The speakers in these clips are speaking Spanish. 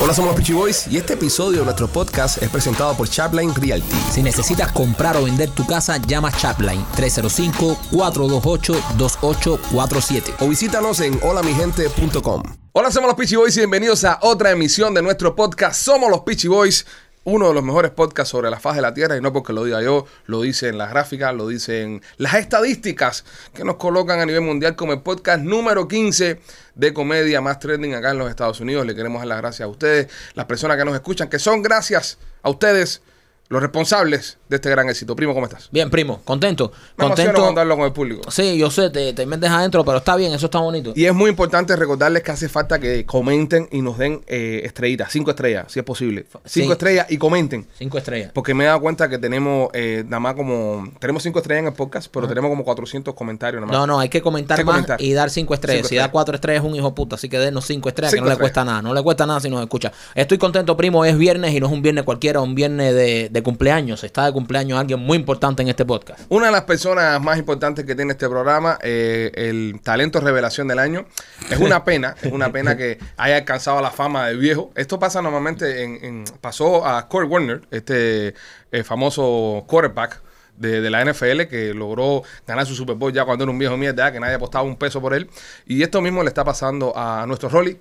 Hola, somos los Peachy Boys y este episodio de nuestro podcast es presentado por Chapline Realty. Si necesitas comprar o vender tu casa, llama Chapline 305-428-2847. O visítanos en holamigente.com. Hola, somos los Peachy Boys y bienvenidos a otra emisión de nuestro podcast. Somos los Peachy Boys, uno de los mejores podcasts sobre la faz de la Tierra y no porque lo diga yo, lo dicen las gráficas, lo dicen las estadísticas que nos colocan a nivel mundial como el podcast número 15 de comedia más trending acá en los Estados Unidos. Le queremos dar las gracias a ustedes, las personas que nos escuchan, que son gracias a ustedes los responsables de este gran éxito. Primo, ¿cómo estás? Bien, primo, contento. Me emociono contento. contarlo con el público. Sí, yo sé, te, te metes adentro, pero está bien, eso está bonito. Y es muy importante recordarles que hace falta que comenten y nos den eh, estrellitas, cinco estrellas, si es posible. Cinco Sí. estrellas y comenten. Cinco estrellas. Porque me he dado cuenta que tenemos eh, nada más como... Tenemos cinco estrellas en el podcast, pero tenemos como 400 comentarios nada más. No, no, hay que comentar Hay que más comentar. y dar cinco estrellas. Cinco si estrellas. da cuatro estrellas es un hijo puta, así que denos cinco estrellas, Cinco que no le estrellas. cuesta nada. No le cuesta nada si nos escucha. Estoy contento, primo, es viernes y no es un viernes cualquiera, un viernes de, de cumpleaños. Está de cumpleaños alguien muy importante en este podcast. Una de las personas más importantes que tiene este programa, eh, el talento revelación del año. Es una pena, es una pena que haya alcanzado la fama de viejo. Esto pasa normalmente en, en- pasó a Kurt Warner, este eh, famoso quarterback. De, de la NFL que logró ganar su Super Bowl ya cuando era un viejo mierda, que nadie apostaba un peso por él. Y esto mismo le está pasando a nuestro Rolly.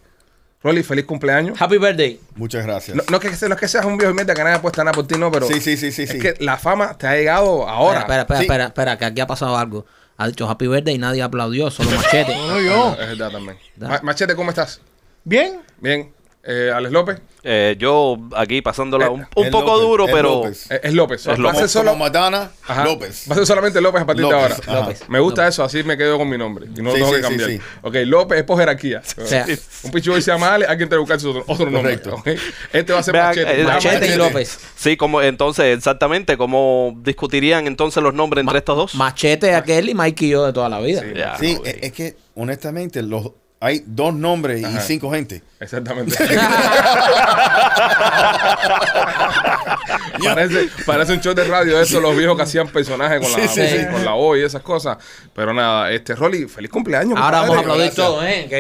Rolly, feliz cumpleaños. Happy birthday. Muchas gracias. No, no es que, se- no es que seas un viejo mierda que nadie apuesta nada por ti, no, pero Sí, sí, sí, sí, es sí. que la fama te ha llegado ahora. Espera, espera, espera, Sí. espera, espera, que aquí ha pasado algo. Ha dicho Happy Birthday y nadie aplaudió, solo machete. Es verdad también. Da. Ma- Machete, ¿cómo estás? Bien, Bien. Eh, Alex López. Eh, yo aquí pasándola un, un Eh, Es poco López, duro, es pero López. Eh, es López. Es Va a López. ser Como, solo... como Matana, Ajá. López. Va a ser solamente López a partir de ahora. López, ajá. López. Me gusta López. eso, así me quedo con mi nombre. Y no lo Sí, tengo que sí, sí, cambiar. sí. Ok, López es por jerarquía. O sea, Un pichu se llama Alex, hay que buscar otro, otro nombre. Correcto. ok. Este va a ser Vean, Machete. eh, Nada más. Machete y Machete. López. sí, como entonces, exactamente, ¿cómo discutirían entonces los nombres entre estos dos? Machete aquel y Mike y yo de toda la vida. Ya, Ah, Sí, eh, no, es, es que honestamente los, hay dos nombres Ajá. y cinco gente. Exactamente. parece, parece un show de radio eso, los viejos que hacían personajes con la, Sí, sí, sí. con la O y esas cosas. Pero nada, este Rolly, feliz cumpleaños. Ahora vamos a compadre. aplaudir gracias. todo, ¿eh? Que-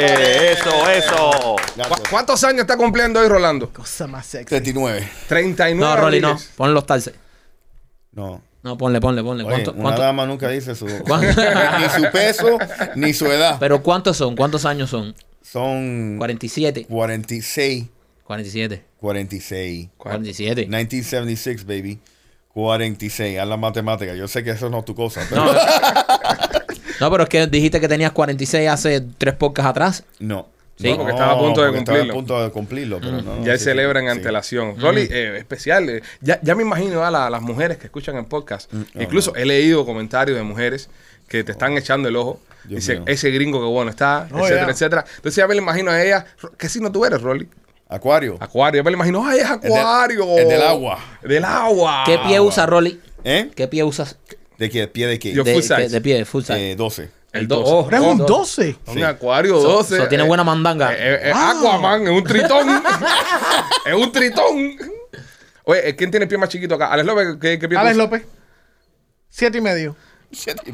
Eh, eso, eso. ¿Cu- Gracias. ¿Cuántos años está cumpliendo hoy Rolando? cosa más sexy. 39. 39. No, Rolly, no. Rodríguez. Pon los talces. No. No, ponle, ponle, ponle. Oye, ¿Cuánto, una cuánto- dama nunca dice su, ¿Cuánto? ni su peso ni su edad. Pero ¿cuántos son? ¿Cuántos años son? Son 47. 46. 47. 46. 47. 1976, baby. 46. Haz la matemática. Yo sé que eso no es tu cosa. Pero No, no, pero es que dijiste que tenías 46 hace tres podcasts atrás. no. Sí. No, Porque estaba a punto de porque estaba cumplirlo. a punto de cumplirlo, pero no, Ya sí, celebran sí. antelación. Rolly, Mm. eh, especial. eh, ya, ya me imagino a la- las mujeres que escuchan el podcast. Mm, Incluso he leído comentarios de mujeres que te están echando el ojo. Dios Dice, mío. ese gringo que bueno está, Oh, etcétera, ya. etcétera. Entonces ya me lo imagino a ella. ¿Qué signo tú eres, Rolly? Acuario. Acuario. Ya me lo imagino, ay, es del- acuario. el del agua. Del agua. ¿Qué pie usas, Rolly? ¿Eh? ¿Qué pie usas? ¿De qué? ¿Pie de qué? Yo- De, full size. que- de pie, full size. Eh, 12. El do- 12. oh, Eres un do- 12. Un Sí. acuario So- 12. so tiene eh, buena mandanga. eh, eh, Wow. Aquaman, es un tritón. es un tritón. Oye, eh, ¿quién tiene el pie más chiquito acá? Alex López, ¿qué, qué pie Alex tú usas? López, siete y medio.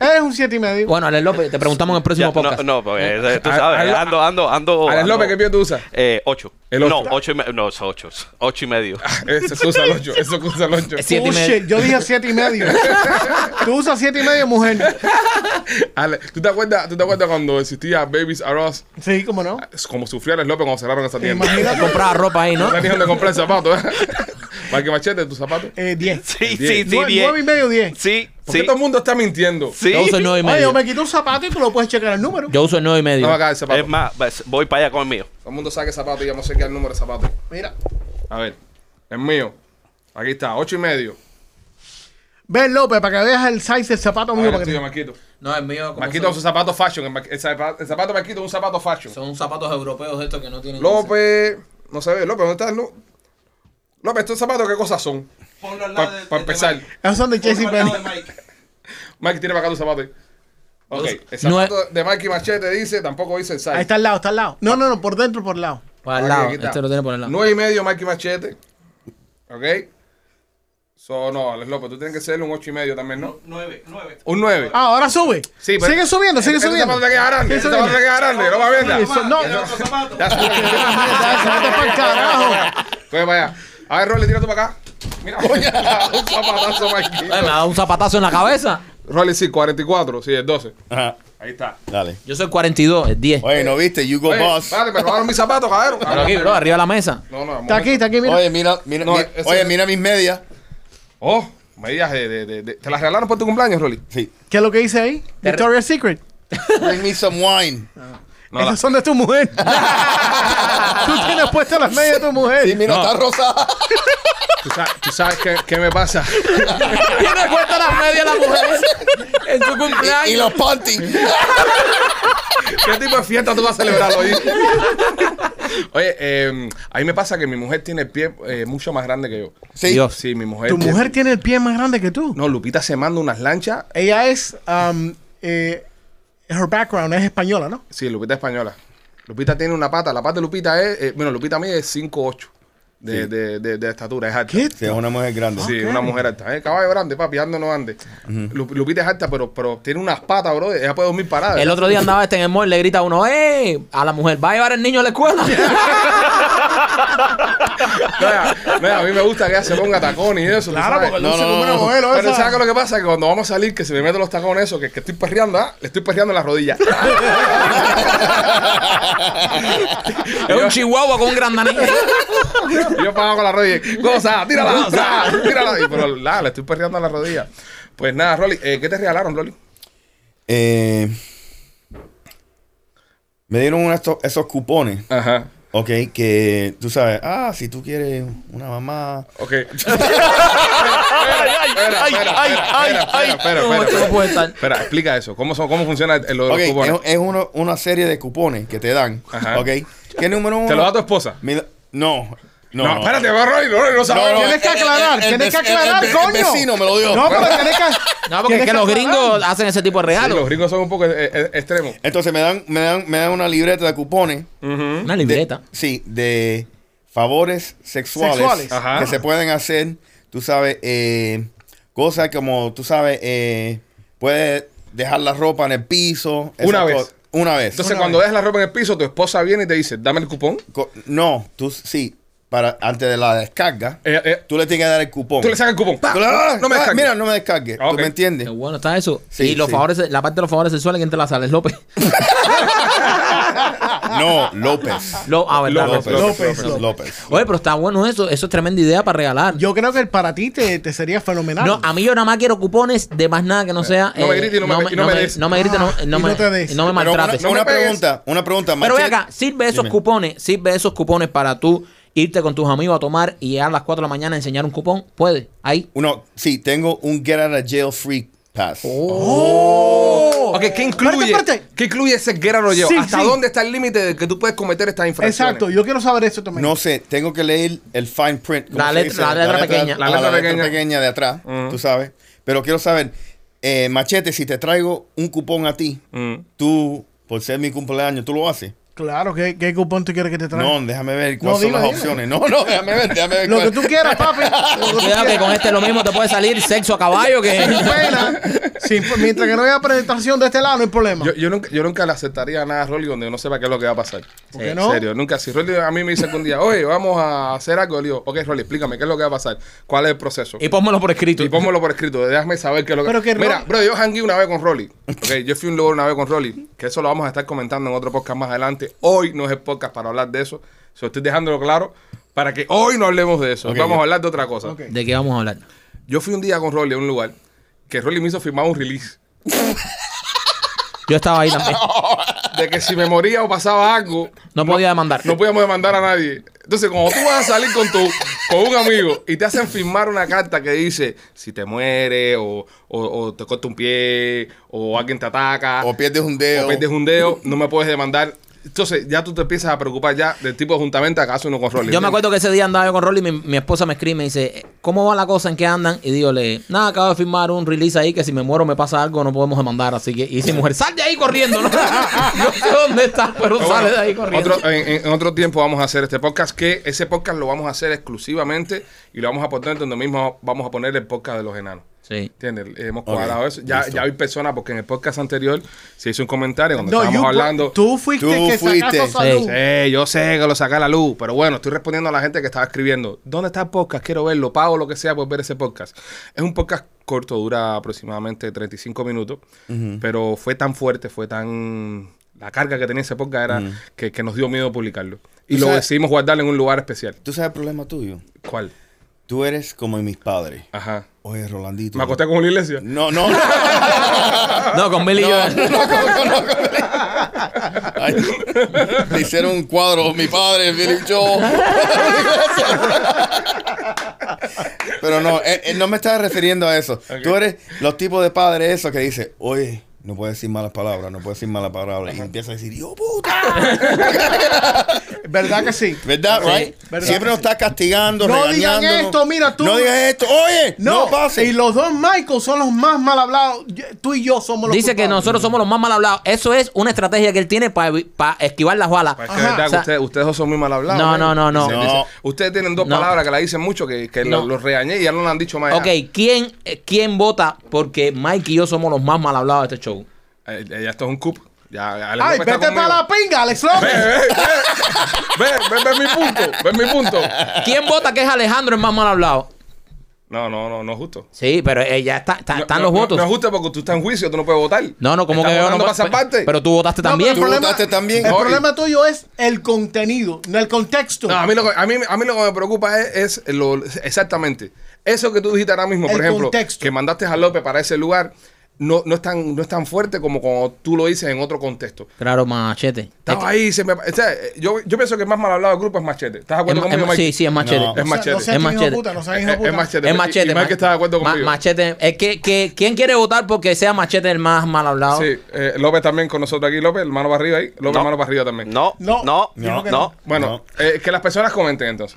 Eres un siete y medio. Bueno, Alex López, te preguntamos en el próximo Ya, podcast. no, no, porque, eh, tú A- sabes, a- ando, ando, ando. Alex ando- López, ¿qué pie tú usas? Eh, ocho. El No, ocho. Ah, ocho y medio. No, es ocho. Ocho y medio. Eso se usa el 8. Eso que usa el 8. Es siete y Bullshit, medio. yo dije siete y medio. Tú usas siete y medio, mujer. ¿tú, te acuerdas, ¿Tú te acuerdas cuando existía Babies R Us? Sí, cómo no. Es Como sufrió Alex López cuando cerraron esa tienda. Imagínate. Compraba ropa ahí, ¿no? No tenías donde comprar zapatos. ¿eh? Mike Machete, tus zapatos. Eh, diez. Sí, Diez. sí, sí, Nue- diez. Nueve y medio, diez. Sí, ¿Por qué sí. todo el mundo está mintiendo? Sí. Yo uso el 9 y Oye, medio. yo me quito un zapato y tú lo puedes checar el número. Yo uso el 9 y medio. Vamos acá el zapato. Es más, vas- voy para allá con el mío. Todo el mundo saque zapatos y ya no sé qué es el número de zapatos. Mira. A ver, el mío. Aquí está, 8 y medio. Ven, López, para que veas el size del zapato mío. Ahora Para que estoy yo, te... Marquito. No, el mío. Marquito es un zapato fashion. El, ma- el zapa- el zapato de Marquito es un zapato fashion. Son zapatos europeos estos que no tienen. López, no se ve. López, ¿dónde estás? No. López, ¿estos zapatos qué cosas son? Para empezar. Esos son de Jesse Penny. Mike tiene para acá tu zapato. ahí. Ok, el No zapato de Mikey Machete dice, tampoco dice el size. Ahí está al lado, está al lado. No, no, no, por dentro, por el lado. Este Por al Ok, lado. aquí está. Este lo tiene por el lado. Nueve y medio Mikey Machete. Ok. So, no, Alex López, tú tienes que ser un ocho y medio también, ¿no? 9, 9. Un 9. Ah, ahora sube. Sí, pero- sigue subiendo, sigue Este subiendo. zapato te queda grande, este zapato te queda grande, no va a vender. Eso- no. pa'l carajo. Entonces, Pues vaya. A ver, Rolly, tira tú para acá. Mira, un zapatazo, Oye, me ha Mike. dado un zapatazo en la cabeza. Rolly, sí, 44, sí, el 12. Ajá, Ahí está. dale. Yo soy 42, el 10. Oye, ¿no viste? You go Eh, Oye, boss. Vale, Pues, me robaron mis zapatos, cabrón. Pero aquí, bro, arriba de la mesa. No, no, Está aquí, está aquí, mira. Oye, mira, mira, No, mira- ese- oye, mira mis medias. Oh, medidas de, de, de, de- ¿Te las regalaron por tu cumpleaños, Rolly? Sí. ¿Qué es lo que dice ahí? Te- Victoria's Secret. Bring me some wine. No, Esas la- son de tu mujer. Tú tienes puestas las medias de tu mujer. Sí, mira, está rosada. ¿Tú sabes, tú sabes qué, qué me pasa? Tiene puesta las medias la mujer en su cumpleaños. Y, y los panties. ¿Qué tipo de fiesta tú vas a celebrar hoy? Oye, eh, a mí me pasa que mi mujer tiene el pie eh, mucho más grande que yo. Sí. Dios. Sí, mi mujer. tu mujer tiene el pie más grande que tú. este- No, Lupita se manda unas lanchas. Ella es. um, eh, her background es española, ¿no? Sí, Lupita es española. Lupita tiene una pata. La pata de Lupita es. eh, bueno, Lupita mía es 5'8 de, de, de, de estatura. Es alta. ¿Qué? Sí, es una mujer grande. Sí, Ok. una mujer alta. Eh, caballo grande, papi, ando no ande. Lu- Lupita es alta, pero, pero tiene unas patas, bro. Ella puede dormir parada. El otro día andaba este en el mall, le grita a uno, ¡eh! A la mujer, va a llevar el niño a la escuela. Mira, mira, a mí me gusta que ella se ponga tacones y eso. tú Claro, sabes. porque No, luce no, como no, una no. modelo Pero esa. ¿sabes qué es lo que pasa? Que cuando vamos a salir, que se me meten los tacones esos, que, que estoy perreando, ah, le estoy perreando en la rodilla. es un chihuahua con un gran danés. Y yo pago con la rodilla. Goza, tírala, tra, tírala. Y, pero la, le estoy perreando en la rodilla. Pues nada, Rolly, eh, ¿qué te regalaron, Rolly? Eh, me dieron uno de estos- esos cupones. Ajá. Ok, que tú sabes, ah, si tú quieres una mamá. Ok. Espera, espera, espera, espera, espera, espera, No, espera, esto no puede estar. espera. Espera, explica eso. ¿Cómo, son, cómo funciona el, lo de Ok, los cupones? es, es uno- una serie de cupones que te dan. Ajá. Ok, ¿qué número uno? ¿Te lo da tu esposa? Me da- No, no. No, espérate, va, Rolly, no, Rolly, no No, sabes. no, Tienes que el- el- aclarar, el- tienes que el- el- aclarar, el- el coño. vecino me lo dio. No, pero tienes que. No, porque es tienes que los aclarar. gringos hacen ese tipo de Sí, regalos. los gringos son un poco eh, eh, extremos. Entonces me dan, me dan, me dan una libreta de cupones. Una libreta. Sí, de favores sexuales, Sexuales. Ajá. que se pueden hacer, tú sabes, eh, cosas como, tú sabes, eh, puedes dejar la ropa en el piso. esas Una vez. cosas. Una vez. Entonces, cuando dejas la ropa en el piso, tu esposa viene y te dice, dame el cupón. Co- no, tú sí, para antes de la descarga, Eh, eh, tú le tienes que dar el cupón. tú le sacas el cupón. ¡Pa! Tú le- ah, no me ah, descargues. Ah, Mira, no me descargues. Ok. ¿Tú me entiendes? Qué bueno está eso. Sí, y los sí. favores, la parte de los favores sexuales, ¿quién te la sale? López. No, López. Lo, ah, verdad, Ah. López, López. López. López. López. Oye, pero está bueno eso. Eso es tremenda idea para regalar. Yo creo que el para ti te, te sería fenomenal. no, a mí yo nada más quiero cupones de más nada que no sea. Eh, eh, No me grites y no me- y no no me me, des. no me grites, no, Ah, no y me, no te des. no me Pero una, maltrates. No me una pegues. pregunta, una pregunta. Pero ve Machete. acá, sirve esos Dime. cupones, sirve esos cupones para tú irte con tus amigos a tomar y a las 4 de la mañana enseñar un cupón. ¿Puede? Ahí. Uno, sí, tengo un get out of jail free pass. Ok, ¿qué incluye? Espérate, espérate. ¿Qué incluye ese guerra rollo? Sí, ¿Hasta sí. dónde está el límite de que tú puedes cometer estas infracciones? Exacto, yo quiero saber eso también. No sé, tengo que leer el fine print. ¿cómo La se letra- dice? la letra pequeña. La, letra pequeña. de atrás, tú sabes. Pero quiero saber, eh, Machete, si te traigo un cupón a ti, tú, por ser mi cumpleaños, ¿tú lo haces? Claro, ¿qué, qué cupón tú quieres que te traiga? No, déjame ver cuáles dime, son las dime. opciones. No, no, déjame ver, déjame ver. Lo que cuál- tú quieras, papi. Lo que tú Cuidado que quieras. con este lo mismo te puede salir sexo a caballo este Sin que. pena. sin- mientras que no haya presentación de este lado, no hay problema. Yo, yo nunca, yo nunca le aceptaría nada a Rolly donde yo no sepa qué es lo que va a pasar. ¿Por qué no? En serio, nunca. Si Rolly a mí me dice que un día, oye, vamos a hacer algo, yo le digo, ok, Rolly, explícame qué es lo que va a pasar, cuál es el proceso. Y pónmelo por escrito. Y pónmelo por escrito, déjame saber qué es lo que... Pero que Mira, Rolly- bro, yo hangué una vez con Rolly. Ok, yo fui a un lugar una vez con Rolly, que eso lo vamos a estar comentando en otro podcast más adelante. Hoy no es el podcast para hablar de eso. So, estoy dejándolo claro para que hoy no hablemos de eso. Ok, vamos ya. a hablar de otra cosa. Ok. ¿De qué vamos a hablar? Yo fui un día con Rolly a un lugar que Rolly me hizo firmar un release Yo estaba ahí también. de que si me moría o pasaba algo, No podía demandar. no podíamos demandar a nadie. Entonces, cuando tú vas a salir con tu con un amigo y te hacen firmar una carta que dice si te mueres o, o- o te corta un pie o alguien te ataca O pierdes un dedo. o pierdes un dedo, no me puedes demandar. Entonces, ya tú te empiezas a preocupar ya del tipo de juntamente acaso uno con Rolly. Yo me acuerdo que ese día andaba yo con Rolly y mi, mi esposa me escribe y me dice, ¿cómo va la cosa? ¿En qué andan? Y digo, le, nada, acabo de firmar un release ahí que si me muero me pasa algo, no podemos demandar. Así que, y dice, mujer, sal de ahí corriendo. No, No sé dónde estás, pero Pero sale bueno, de ahí corriendo. otro- en, en otro tiempo vamos a hacer este podcast, que ese podcast lo vamos a hacer exclusivamente y lo vamos a poner donde mismo vamos a poner el podcast de los enanos. Sí. ¿Entiendes? Hemos Ok, cuadrado eso. Ya, listo. ya hay personas, porque en el podcast anterior se hizo un comentario donde No, estábamos you- hablando. Tú fuiste Tú que fuiste. sacaste Sí. salud. Sí, yo sé que lo saca a la luz, pero bueno, estoy respondiendo a la gente que estaba escribiendo. ¿Dónde está el podcast? Quiero verlo, pago lo que sea por ver ese podcast. Es un podcast corto, dura aproximadamente 35 minutos, pero fue tan fuerte, fue tan... La carga que tenía ese podcast era que, que nos dio miedo publicarlo. Y Tú lo sabes- decidimos guardar en un lugar especial. ¿Tú sabes el problema tuyo? ¿Cuál? Tú eres como mis padres. Ajá. Oye, Rolandito. ¿Me acosté con una iglesia? No, no, no. No, con Billy yo. Ay, le hicieron un cuadro, mi padre, Billy Joel. Pero no, eh, eh, no me estaba refiriendo a eso. Tú eres los tipos de padres esos que dice, oye, no puedes decir malas palabras, no puedes decir malas palabras. Y empieza a decir, yo puta. ¿Verdad que sí? ¿Verdad, right? verdad. Siempre nos está castigando, No regañando. digan esto, mira, tú- No digas esto, oye, no, No, pase. y los dos Michael son los más mal hablados. Yo- Tú y yo somos los Dice que culpables. nosotros somos los más mal hablados. Eso es una estrategia que él tiene para esquivar las balas. Pues es que Ajá, es verdad o sea- que ustedes, ustedes dos son muy mal hablados. No, no, no, no. Dicen- No. dicen- ustedes tienen dos No. palabras que la dicen mucho que, que lo- No. los regañé y ya no lo han dicho más. Ok, ¿quién, eh, ¿quién vota? Porque Mike y yo somos los más mal hablados de este show. Eh, Ya esto es un cup. Ya, Alex Ay, López está vete para la conmigo. pinga, Alex Ve, López. ve, ve, ve, ve, ve mi punto, ve mi punto. ¿Quién vota que es Alejandro el más mal hablado? No, no, no, no es justo. Sí, pero eh, ya está, está- No, están no, los no, votos. No, es justo porque tú estás en juicio, tú no puedes votar. No, no, como que Estás yo no votando puedo- para esa parte. Pero tú votaste No, también. pero el problema- votaste también. El Oye. problema tuyo es el contenido, no el contexto. No, a mí, lo, que- a, mí, a mí lo que me preocupa es, es lo, exactamente eso que tú dijiste ahora mismo, por El ejemplo, contexto. que mandaste a López para ese lugar, no, no, es tan, no es tan fuerte como cuando tú lo dices en otro contexto. Claro, machete. Estaba ahí, se me, o sea, eh, yo, yo pienso que el más mal hablado del grupo es Machete. ¿Estás de Es- acuerdo es- conmigo, Mike? sí, sí, es machete. No. Es O sea, machete. No sean Es hijo de machete. puta, no sean hijo de Es, puta. es Machete. Es Y- machete. Y, Mike ma- está de acuerdo ma- conmigo. machete. Es que, que- ¿Quién quiere votar porque sea machete el más mal hablado? Sí, eh, López también con nosotros aquí, López, el mano para arriba ahí. López, No. mano para arriba también. No, no, No, no, dijo no. que no. Bueno, eh, que las personas comenten entonces.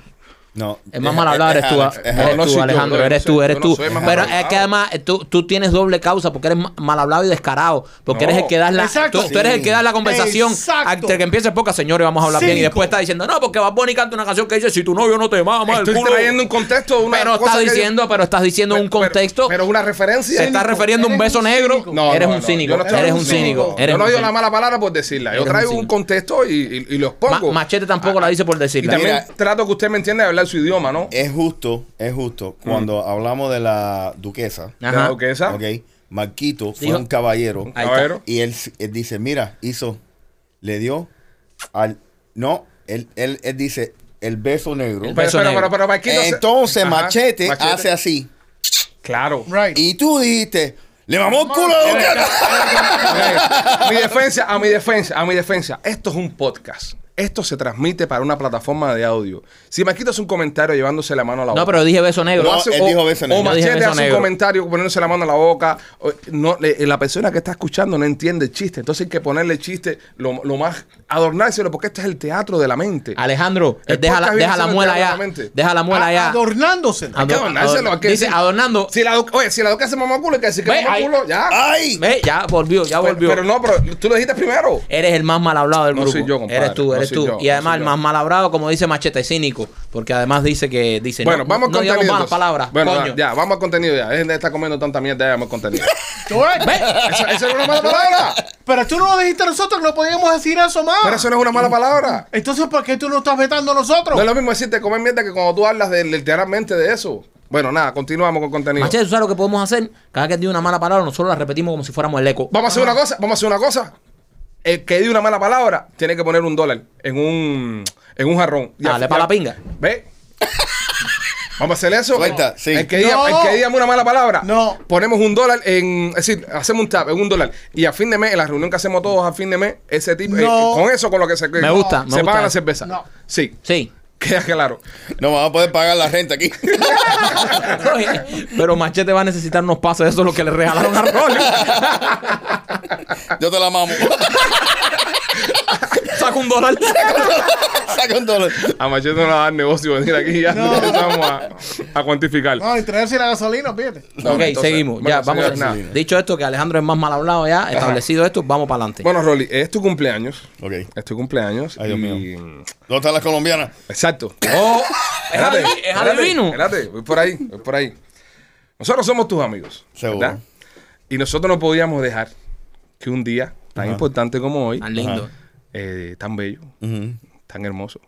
No. Eh, El más mal hablado eres tú, ah. Alex, es eres no, no tú, soy yo, Alejandro, no, eres no soy- tú, eres yo no tú. soy el más mal Pero hablado. es que además eh, tú, tú tienes doble causa porque eres ma- mal hablado y descarado. Porque No. eres el que das la, Exacto. tú, tú eres el que da la conversación. Exacto. Antes que empiece poca, señores, vamos a hablar bien. Y Cinco. después está diciendo, no, porque Bad Bunny canta una canción que dice, si tu novio no te mama, el Estoy culo". trayendo un contexto, una Pero cosa estás que yo- diciendo, pero estás diciendo un Pero- contexto. Pero, es una referencia. Se está refiriendo a un Eres beso un negro. cínico. eres un cínico. yo no estoy- eres un no, cínico. no. eres Yo no un digo cínico. la mala palabra por decirla. Yo Eres un traigo un cínico. contexto y, y- y los Ma- pongo. machete tampoco la dice por Y decirla. Eh, también Mira. trato que usted me entienda de hablar su idioma, ¿no? Es justo, es justo. Mm. Cuando hablamos de la duquesa, Ajá. Claro que esa. ok, Marquito fue Dijo- un caballero. Un Ahí está. caballero. Y él, él dice, mira, hizo, le dio al... No, él, él, él dice, el beso negro. El Pero, beso pero, negro. pero, pero, Marquito se- Entonces Ajá, machete, hace así. Claro. Right. Y tú dijiste, le mamó el culo a la duquesa. mi defensa, a mi defensa, a mi defensa. Esto es un podcast. Esto se transmite para una plataforma de audio. Si Marquito hace un comentario llevándose la mano a la boca. No, pero dije beso negro. No, hace- él o, dijo beso o negro. Yo dije Machete beso hace un negro. comentario poniéndose la mano en la boca. o- No, le- eh, la persona que está escuchando no entiende el chiste. Entonces hay que ponerle el chiste lo, lo más adornárselo porque este es el teatro de la mente. Ah, Alejandro, El deja la, podcast viene deja la siendo muela entero allá. en la mente. Deja la muela A- allá. Adornándose. Hay que Ador- adornárselo. hay que Dice, decir- adornando. Si la, doc- oye, si la doca se mamó culo, hay que decir que Ve, mamó ahí- culo, ya. ¡Ay! Ve, ya volvió, ya pero, volvió. pero no, pero tú lo dijiste primero. Eres el más mal hablado del No grupo. soy yo, compadre, Eres tú, no eres soy tú. yo, y no además soy el yo. más mal hablado, como dice Machete, cínico. Porque además dice que dice. Bueno, no, vamos no con digamos contenido. malas entonces. palabras. Bueno, coño. ya, vamos al contenido ya. Dejen de estar comiendo tanta mierda, ya vamos al contenido. Tú ves. eso, eso no es una mala palabra. Pero tú no lo dijiste a nosotros, no podíamos decir eso más. Pero eso no es una mala palabra. Entonces, ¿por qué tú no estás vetando a No nosotros? es lo mismo decirte comer mierda que cuando tú hablas de- literalmente de eso. Bueno, nada, continuamos con contenido. Machete, ¿tú sabes lo que podemos hacer? Cada vez que diga una mala palabra, nosotros la repetimos como si fuéramos el eco. Vamos a hacer una cosa, vamos a hacer una cosa. El que dio una mala palabra tiene que poner un dólar en un en un jarrón. Ya- Dale ya- pa' la pinga. ¿Ve? Vamos a hacer eso. Suelta, sí. El que, diga, No. el que digamos una mala palabra, No. ponemos un dólar en. Es decir, hacemos un tap en un dólar. Y a fin de mes, en la reunión que hacemos todos a fin de mes, ese tipo. eh, No. con eso, con lo que se. Me gusta, me Se gusta paga la eso. cerveza. No. Sí. Sí. Queda claro. No vamos a poder pagar la renta aquí. Pero Machete va a necesitar unos pases de esos los que le regalaron a Rolly. Yo te la mamo. Saca un dólar. Saca un dólar. A Machete no le va a dar negocio venir aquí ya No. empezamos a, a cuantificar. No, y traerse la gasolina, fíjate. No, ok, entonces, seguimos. bueno, ya, vamos señor, a nada. Dicho esto, que Alejandro es más mal hablado ya, establecido esto, vamos para adelante. Bueno, Rolly, es tu cumpleaños. Ok. Es tu cumpleaños. Ay, Dios y- mío. ¿Dónde están las colombianas? Exacto. Oh, es, Espérate, adivi- es espérate, adivino. Espérate, voy por ahí, voy por ahí. Nosotros somos tus amigos. Seguro. ¿verdad? Y nosotros no podíamos dejar que un día tan importante como hoy, Tan lindo. eh, tan bello, Ujú, tan hermoso,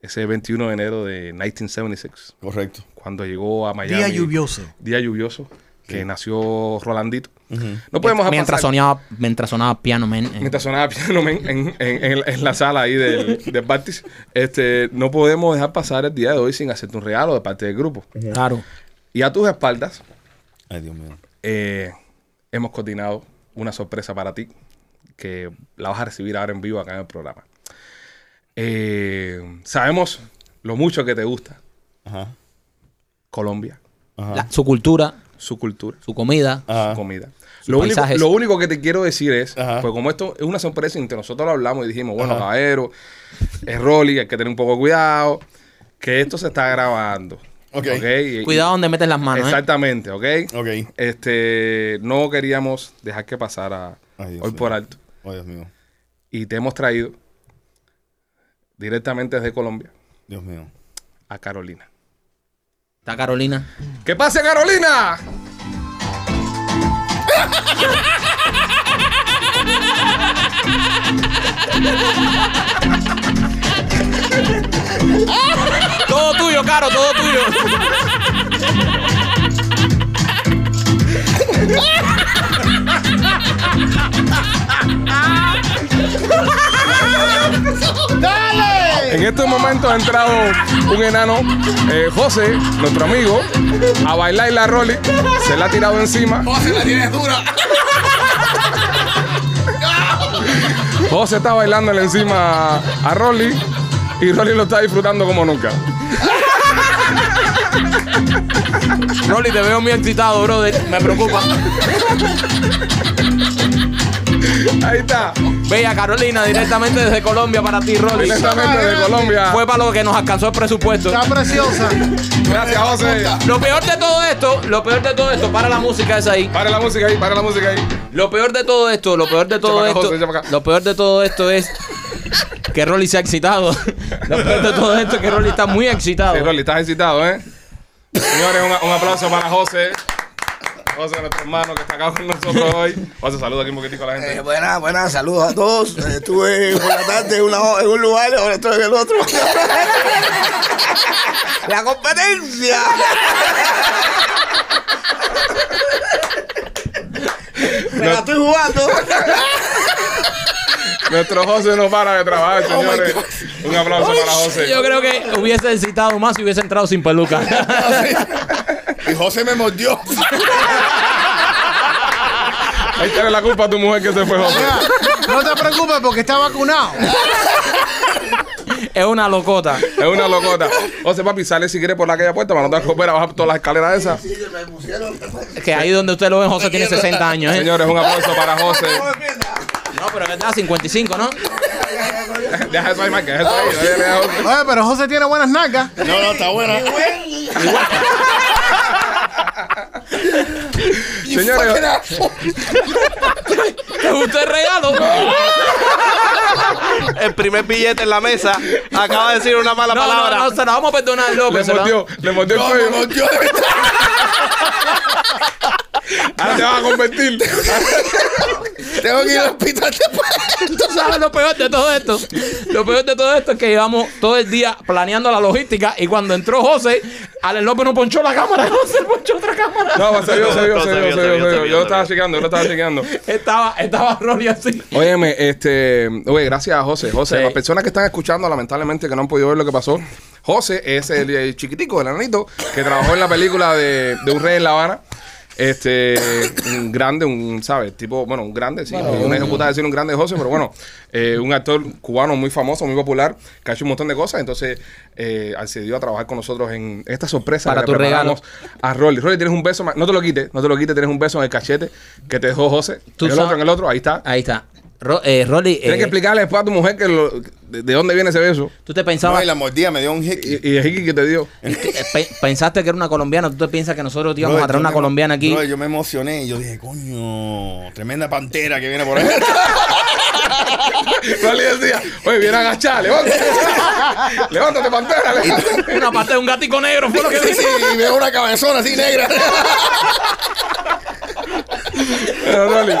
ese 21 de enero de 1976, Correcto. cuando llegó a Miami. Día lluvioso. Día lluvioso, que nació Rolandito. No podemos Mientras, mientras pasar- soñaba, mientras sonaba piano, man. eh. Mientras sonaba Piano Man en, en- en- en la sala ahí del, del Baptist, este, no podemos dejar pasar el día de hoy sin hacerte un regalo de parte del grupo. Claro. Y a tus espaldas Ay, Dios mío. eh, hemos coordinado una sorpresa para ti que la vas a recibir ahora en vivo acá en el programa. Eh, sabemos lo mucho que te gusta Ajá. Colombia, Ajá. La- su cultura, su cultura, su comida. su Ajá. comida. Sus Lo único, paisajes. lo único que te quiero decir es, Ajá. pues como esto es una sorpresa, entre nosotros lo hablamos y dijimos, bueno, Ajá. caballero, es Rolly, hay que tener un poco de cuidado, que esto se está grabando. Ok. Y- y- Cuidado donde metes las manos, eh. Exactamente, ¿ok? Ok. Ay, Este, no queríamos dejar que pasara Dios hoy mío. por alto. Ay, Dios mío. Y te hemos traído directamente desde Colombia Dios mío. a Carolina. Está Carolina. ¡Que pase Carolina! Todo tuyo, Caro, todo tuyo. En estos momentos ha entrado un enano, eh, José, nuestro amigo, a bailar la Rolly. Se la ha tirado encima. ¡Oh, la tienes dura! José está bailándole encima a Rolly y Rolly lo está disfrutando como nunca. Rolly, te veo muy excitado, brother. Me preocupa. Ahí está, Bella Carolina, directamente desde Colombia para ti, Rolly. directamente de Colombia. Fue para lo que nos alcanzó el presupuesto. Está preciosa. Gracias, José. Lo peor de todo esto, lo peor de todo esto, para la música es ahí. Para la música ahí, para la música ahí. Lo peor de todo esto, lo peor de todo Echa para acá, esto, José, echa para acá. lo peor de todo esto es que Rolly se ha excitado. Lo peor de todo esto es que Rolly está muy excitado. Sí, Rolly, estás excitado, ¿eh? Señores, un, un aplauso para José. José, nuestro hermano que está acá con nosotros hoy. José, saluda aquí un poquitico a la Eh, gente. buenas, buenas, saludos a todos. Eh, Estuve por la tarde en, una ho- en un lugar, ahora estoy en el otro. ¡La competencia! Me la estoy jugando. Nuestro José no para de trabajar, Oh señores. Un aplauso para José. Yo creo que hubiese excitado más si hubiese entrado sin peluca. Y José me mordió. Ahí tiene la culpa a tu mujer que se fue, José. Mira, no te preocupes porque está vacunado. es una locota. Es una locota. José, papi, sale si quieres por la aquella puerta para no te acopera, baja todas las escaleras esas. Que ahí donde usted lo ve, José tiene 60 años, ¿eh? Ah, Señores, un aplauso para José. No, pero que está 55, ¿no? Deja eso ahí, Mike, deja eso ahí. Oye, deja José. Oye, pero José tiene buenas nalgas. No, no, está buena. Señores, ¿Te gustó el regalo? El primer billete en la mesa acaba de decir una mala No, no, palabra. no, se la vamos a perdonar, le López. se la- mordió, le mordió el No, me cuello. mordió de verdad. Ahora te vas a convertir. Tengo que ir al hospital después. Tú sabes lo peor de todo esto. Lo peor de todo esto es que llevamos todo el día planeando la logística y cuando entró José, Alex López no ponchó la cámara, José ponchó otra cámara. No, se vio, se vio, No, se se vio, se vio, vio. se vio, se vio. se Yo lo vio. estaba chequeando, yo lo estaba chequeando. Estaba, estaba Rolly así. Óyeme, este, oye, gracias a José. José, Sí. las personas que están escuchando, lamentablemente, que no han podido ver lo que pasó. José es el, eh, chiquitico, el ananito, que trabajó en la película de, de Un Rey en La Habana. Este, un grande, un, ¿sabes? Tipo, bueno, un grande, sí. una ejecutada decir un grande José, pero bueno, eh, un actor cubano muy famoso, muy popular, que ha hecho un montón de cosas. Entonces, eh, accedió a trabajar con nosotros en esta sorpresa Para que le tu regalo. preparamos a Rolly. Rolly, tienes un beso, más- no te lo quites, no te lo quites, tienes un beso en el cachete que te dejó José. Tú en el otro, sabes- en el otro, ahí está. Ahí está. Ro- eh, Rolly, Tienes eh, que explicarle después a tu mujer que lo- de, de dónde viene ese beso. tú te No, pensabas, y la mordida me dio un hic. Y, y el hickey que te dio. eh, pe- pensaste que era una colombiana, tú te piensas que nosotros te íbamos Brother, a traer yo una me- colombiana aquí. brother, yo me emocioné y yo dije, coño, tremenda pantera que viene por ahí. Rolly decía, oye, viene a agachar, levántate. levántate, pantera, levántate. Una parte de un gatico negro fue lo que Sí, y veo una cabezona así negra. Pero, Rolly,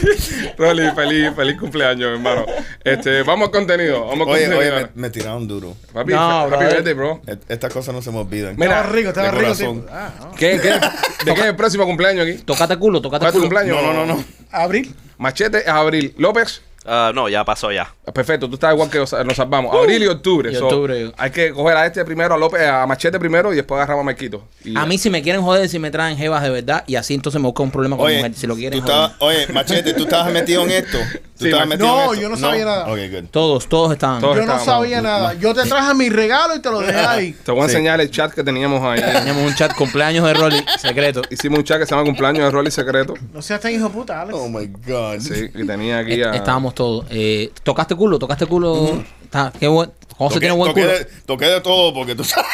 Rolly, feliz, feliz cumpleaños, hermano. Este, vamos al contenido. Vamos al Oye, contenido. oye, me, me tiraron duro. Papi, No, happy brother. birthday, bro. Et- Estas cosas no se me olvidan. Mira, estaba rico, estaba de rico. corazón. tipo. Ah, no. ¿qué, qué, ¿de qué es el próximo cumpleaños aquí? Tocate culo, tocate ¿Cuál es tu culo. cumpleaños? No, no, no, no. Ah, Abril. Machete es abril. López, Ah, no, ya pasó ya. perfecto, tú estás igual que nos nos salvamos. Abril y octubre. Uh, Y so, octubre. hay que coger a este primero, a López, a Machete primero y después agarramos a Marquito. Y- A mí si me quieren joder, si me traen jevas de verdad y así entonces me busco un problema con mi Oye, mujer. Si lo quieren tú joder. estabas- oye, Machete, tú estabas metido en esto. ¿Tú Sí, Machete. estabas metido en No, esto? yo no sabía nada. Ok, good. Todos, todos estaban. Todos. Yo no estábamos- sabía nada. Yo te traje mi regalo y te lo dejé ahí. Te voy a Sí. enseñar el chat que teníamos ahí. Teníamos un chat cumpleaños de Rolly, secreto. Hicimos un chat que se llama cumpleaños de Rolly Secreto. No seas tan hijo de puta, Alex. Oh my God. Sí, y tenía aquí Est- a... E- Estábamos todos. Eh, tocaste culo, tocaste culo. Está- qué buen. José Mm. Toqué, tiene buen toqué culo. de, toqué de todo porque tú sabes.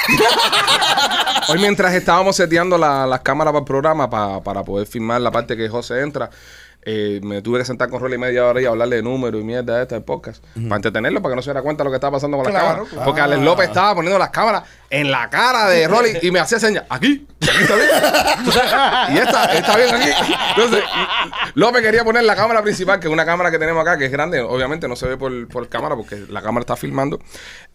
Hoy mientras estábamos seteando la- las cámaras para el programa, pa- para poder filmar la parte que José entra, eh, me tuve que sentar con Rolly media hora y hablarle de números y mierda de esta del podcast. Para entretenerlo, para que no se diera cuenta de lo que estaba pasando con las Claro, cámaras. claro. Ah. Porque Alex López estaba poniendo las cámaras en la cara de Rolly y me hacía señas, aquí, aquí está bien. y esta, está bien aquí. Entonces, López quería poner la cámara principal, que es una cámara que tenemos acá, que es grande, obviamente no se ve por, por cámara porque la cámara está filmando.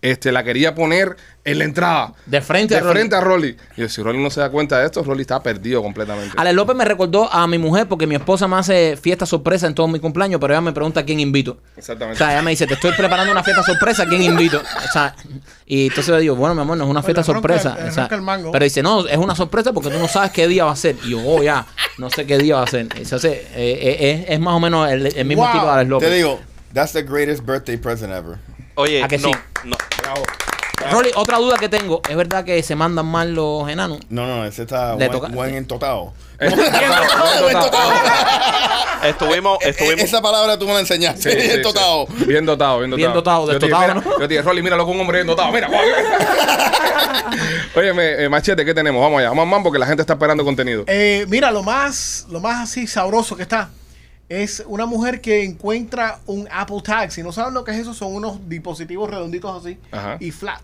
Este, la quería poner en la entrada. De frente a de Rolly. frente a Rolly. Y yo, si Rolly no se da cuenta de esto, Rolly está perdido completamente. Ale López me recordó a mi mujer porque mi esposa me hace fiesta sorpresa en todos mis cumpleaños, pero ella me pregunta a quién invito. O Exactamente. sea, ella me dice, te estoy preparando una fiesta sorpresa, ¿a quién invito? O sea, y entonces yo digo, bueno, mi amor, no es una fiesta le ronca- sorpresa. le O sea, ronca el mango. pero dice, no, es una sorpresa porque tú no sabes qué día va a ser. Y yo, oh, ya, no sé qué día va a ser. Entonces, eh, eh, es, es más o menos el, el mismo Wow. tipo de Alex López. Te digo, that's the greatest birthday present ever. Oye, ¿A que no, sí? no. Rolly, otra duda que tengo, ¿es verdad que se mandan mal los enanos? No, no, ese está Le buen, toca- buen entotado. Eh, Buen totado. Estuvimos, Eh, eh, estuvimos. Esa palabra tú me la enseñaste. Sí, sí, sí. entotado. Bien dotado, bien dotado. Bien dotado, Yo te destotado, dije, mira, ¿no? Yo te dije, Rolly, míralo con un hombre bien dotado. Mira. Oye, me- eh, machete, ¿qué tenemos? Vamos allá, vamos al mambo, que la gente está esperando contenido. Eh, mira, lo más, lo más así sabroso que está es una mujer que encuentra un Apple Tag. Si no saben lo que es eso, son unos dispositivos redonditos así Ajá. y flat.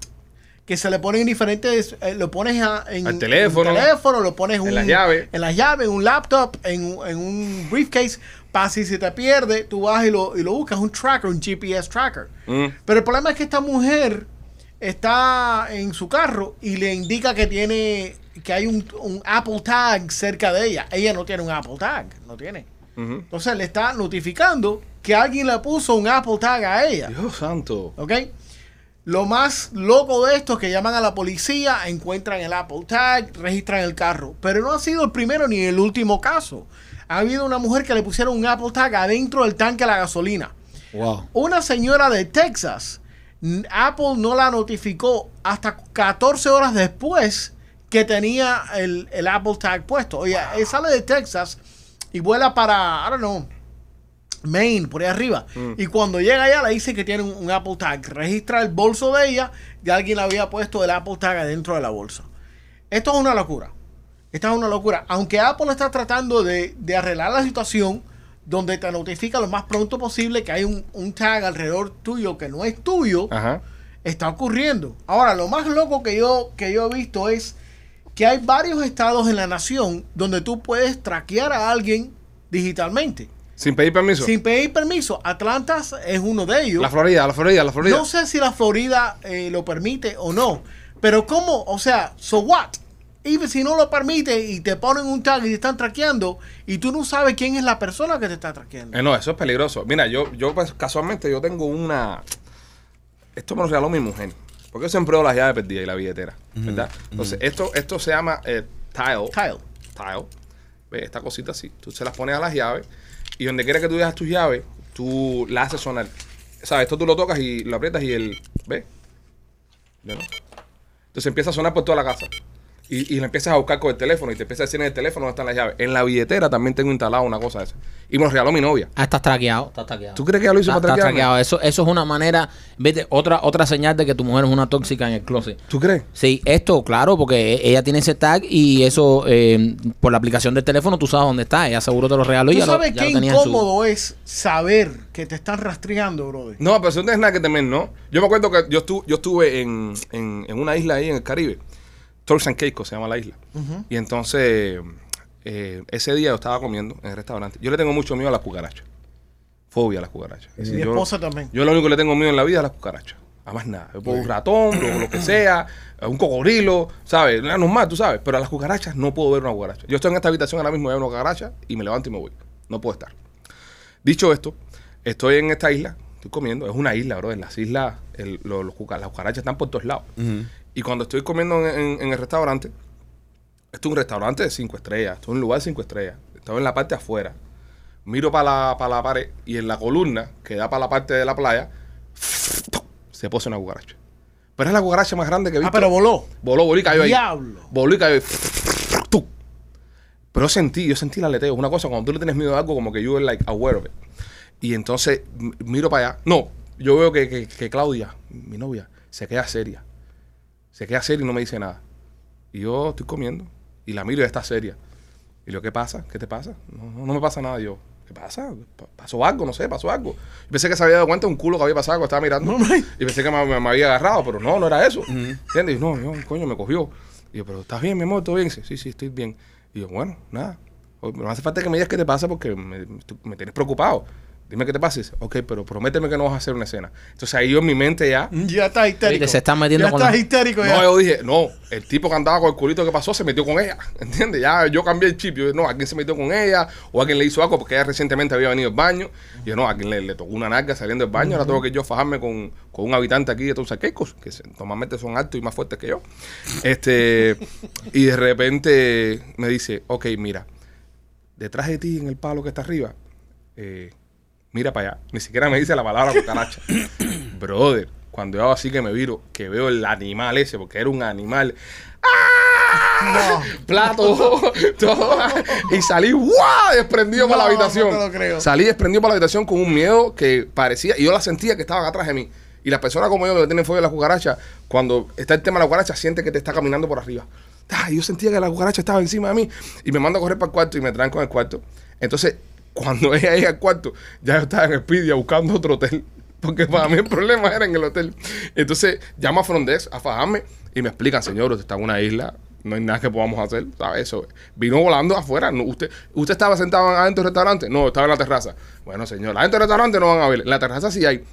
Que se le ponen diferentes, eh, lo pones a- en, Al teléfono. en teléfono, lo pones un- las llaves. en las llaves, en un laptop, en, un- en un briefcase. Para si se te pierde, tú vas y lo, y lo buscas, un tracker, un GPS tracker. Mm. Pero el problema es que esta mujer está en su carro y le indica que tiene que hay un, un Apple Tag cerca de ella. Ella no tiene un Apple Tag, no tiene. Ujú. Entonces le está notificando que alguien le puso un Apple Tag a ella. Dios santo. ¿Ok? Lo más loco de esto es que llaman a la policía, encuentran el Apple Tag, registran el carro. Pero no ha sido el primero ni el último caso. Ha habido una mujer que le pusieron un Apple Tag adentro del tanque de la gasolina. Wow. Una señora de Texas, n- Apple no la notificó hasta 14 horas después que tenía el, el Apple Tag puesto. Oye, él sale de Texas y vuela para, I don't know, Maine, por ahí arriba. Y cuando llega allá le dice que tiene un, un Apple Tag. Registra el bolso de ella y alguien le había puesto el Apple Tag adentro de la bolsa. Esto es una locura. Esta es una locura. Aunque Apple está tratando de, de arreglar la situación donde te notifica lo más pronto posible que hay un, un tag alrededor tuyo que no es tuyo, Ajá. está ocurriendo. Ahora, lo más loco que yo, que yo he visto es que hay varios estados en la nación donde tú puedes traquear a alguien digitalmente. Sin pedir permiso. Sin pedir permiso. Atlanta es uno de ellos. La Florida, la Florida, la Florida. No sé si la Florida eh, lo permite o no. Pero cómo, o sea, so what? Even si no lo permite y te ponen un tag y te están traqueando y tú no sabes quién es la persona que te está traqueando. Eh, no, eso es peligroso. Mira, yo, yo pues, casualmente yo tengo una. Esto me lo regaló mi mujer. Porque yo siempre veo las llaves perdidas y la billetera. ¿Verdad? Entonces, esto, esto se llama eh, tile. Tile. Tile. Ve, Esta cosita así. Tú se las pones a las llaves. Y donde quiera que tú dejas tus llaves, tú las haces sonar. ¿Sabes? Esto tú lo tocas y lo aprietas y el. ¿Ves? Ya no. Entonces empieza a sonar por toda la casa. Y, y la empiezas a buscar con el teléfono y te empiezas a decir en el teléfono dónde están las llaves. En la billetera también tengo instalada una cosa de esa. Y me lo regaló mi novia. Ah, estás traqueado. Estás traqueado. ¿Tú crees que ya lo hizo Estás- para estás traquearme? traqueado. Eso, eso es una manera, vete, otra, otra señal de que tu mujer es una tóxica en el closet. ¿Tú crees? Sí, esto, claro, porque e- ella tiene ese tag y eso, eh, por la aplicación del teléfono, tú sabes dónde está. Ella seguro te lo regaló y ¿Tú ya lo, sabes ya qué lo tenía en su- incómodo es saber que te están rastreando, brother? No, pero eso no es nada que temer, ¿no? Yo me acuerdo que yo, estu- yo estuve en, en- en una isla ahí en el Caribe. Turks and Caicos se llama la isla. Y entonces, eh, ese día yo estaba comiendo en el restaurante. Yo le tengo mucho miedo a las cucarachas. Fobia a las cucarachas. Es decir, Mi yo- esposa también. Yo lo único que le tengo miedo en la vida es las cucarachas. A más nada. Yo puedo un ratón, lo, lo que sea, a un cocodrilo, ¿sabes? Nada normal, tú sabes. Pero a las cucarachas no puedo ver una cucaracha. Yo estoy en esta habitación ahora mismo, veo una cucaracha y me levanto y me voy. No puedo estar. Dicho esto, estoy en esta isla, estoy comiendo. Es una isla, bro. En las islas, el- lo- los cuca- las cucarachas están por todos lados. Y cuando estoy comiendo en, en- en el restaurante, esto es un restaurante de cinco estrellas, esto es un lugar de cinco estrellas. Estaba en la parte de afuera. Miro para la, pa' la pared y en la columna que da para la parte de la playa, se posa una cucaracha. Pero es la cucaracha más grande que he visto. Ah, pero voló. Voló, voló y cayó ahí. Diablo. Voló y cayó ahí. Tú. Pero sentí, yo sentí el aleteo. Una cosa, cuando tú le tienes miedo a algo, como que you are like aware of it. Y entonces m- miro para allá. No, yo veo que, que- que Claudia, mi novia, se queda seria. Se queda seria y no me dice nada. Y yo estoy comiendo y la miro y está seria. Y yo, ¿qué pasa? ¿Qué te pasa? No, no, no me pasa nada. Y yo, ¿qué pasa? Pa- ¿Pasó algo? No sé, pasó algo. Y pensé que se había dado cuenta de un culo que había pasado cuando estaba mirando. Y pensé que me, me- me había agarrado, pero no, no era eso. ¿Entiendes? Y no, yo, coño, me cogió. Y yo, ¿pero estás bien, mi amor? ¿Todo bien? Sí, sí, sí, estoy bien. Y yo, bueno, nada. O- No hace falta que me digas qué te pasa porque me, tú- me tienes preocupado. Dime qué te pasa. Y dice, Ok, pero prométeme que no vas a hacer una escena. Entonces ahí yo en mi mente ya... Ya estás histérico. Viste, se están metiendo ya con estás la- histérico No, ya. yo dije, no, el tipo que andaba con el culito que pasó se metió con ella. ¿Entiendes? Ya yo cambié el chip. Yo, no, alguien se metió con ella o alguien le hizo algo porque ella recientemente había venido al baño. Y yo, no, alguien le, le tocó una narga saliendo del baño. Ahora tengo que yo fajarme con, con un habitante aquí de Teusaquecos, que se- normalmente son altos y más fuertes que yo. Este, y de repente me dice, ok, mira, detrás de ti en el palo que está arriba, eh, mira para allá. Ni siquiera me dice la palabra cucaracha. Brother, cuando yo hago así que me viro, que veo el animal ese, porque era un animal. ¡Ah! Plato, todo. Y salí ¡guau! desprendido para la No, no habitación. te lo creo. Salí desprendido para la habitación con un miedo que parecía, y yo la sentía que estaban atrás de mí. Y las personas como yo que le tienen fobia a la cucaracha, cuando está el tema de la cucaracha, siente que te está caminando por arriba. Ah, y yo sentía que la cucaracha estaba encima de mí y me manda a correr para el cuarto y me tranco en el cuarto. Entonces, cuando ella llega al cuarto, ya yo estaba en Expedia buscando otro hotel. Porque para mí el problema era en el hotel. Entonces, llama a Frondex a fajarme y me explican, señor, usted está en una isla, no hay nada que podamos hacer, ¿sabes? Eso vino volando afuera. No, usted, ¿Usted estaba sentado adentro del restaurante? No, estaba en la terraza. Bueno, señor, adentro del restaurante no van a ver. En la terraza sí hay.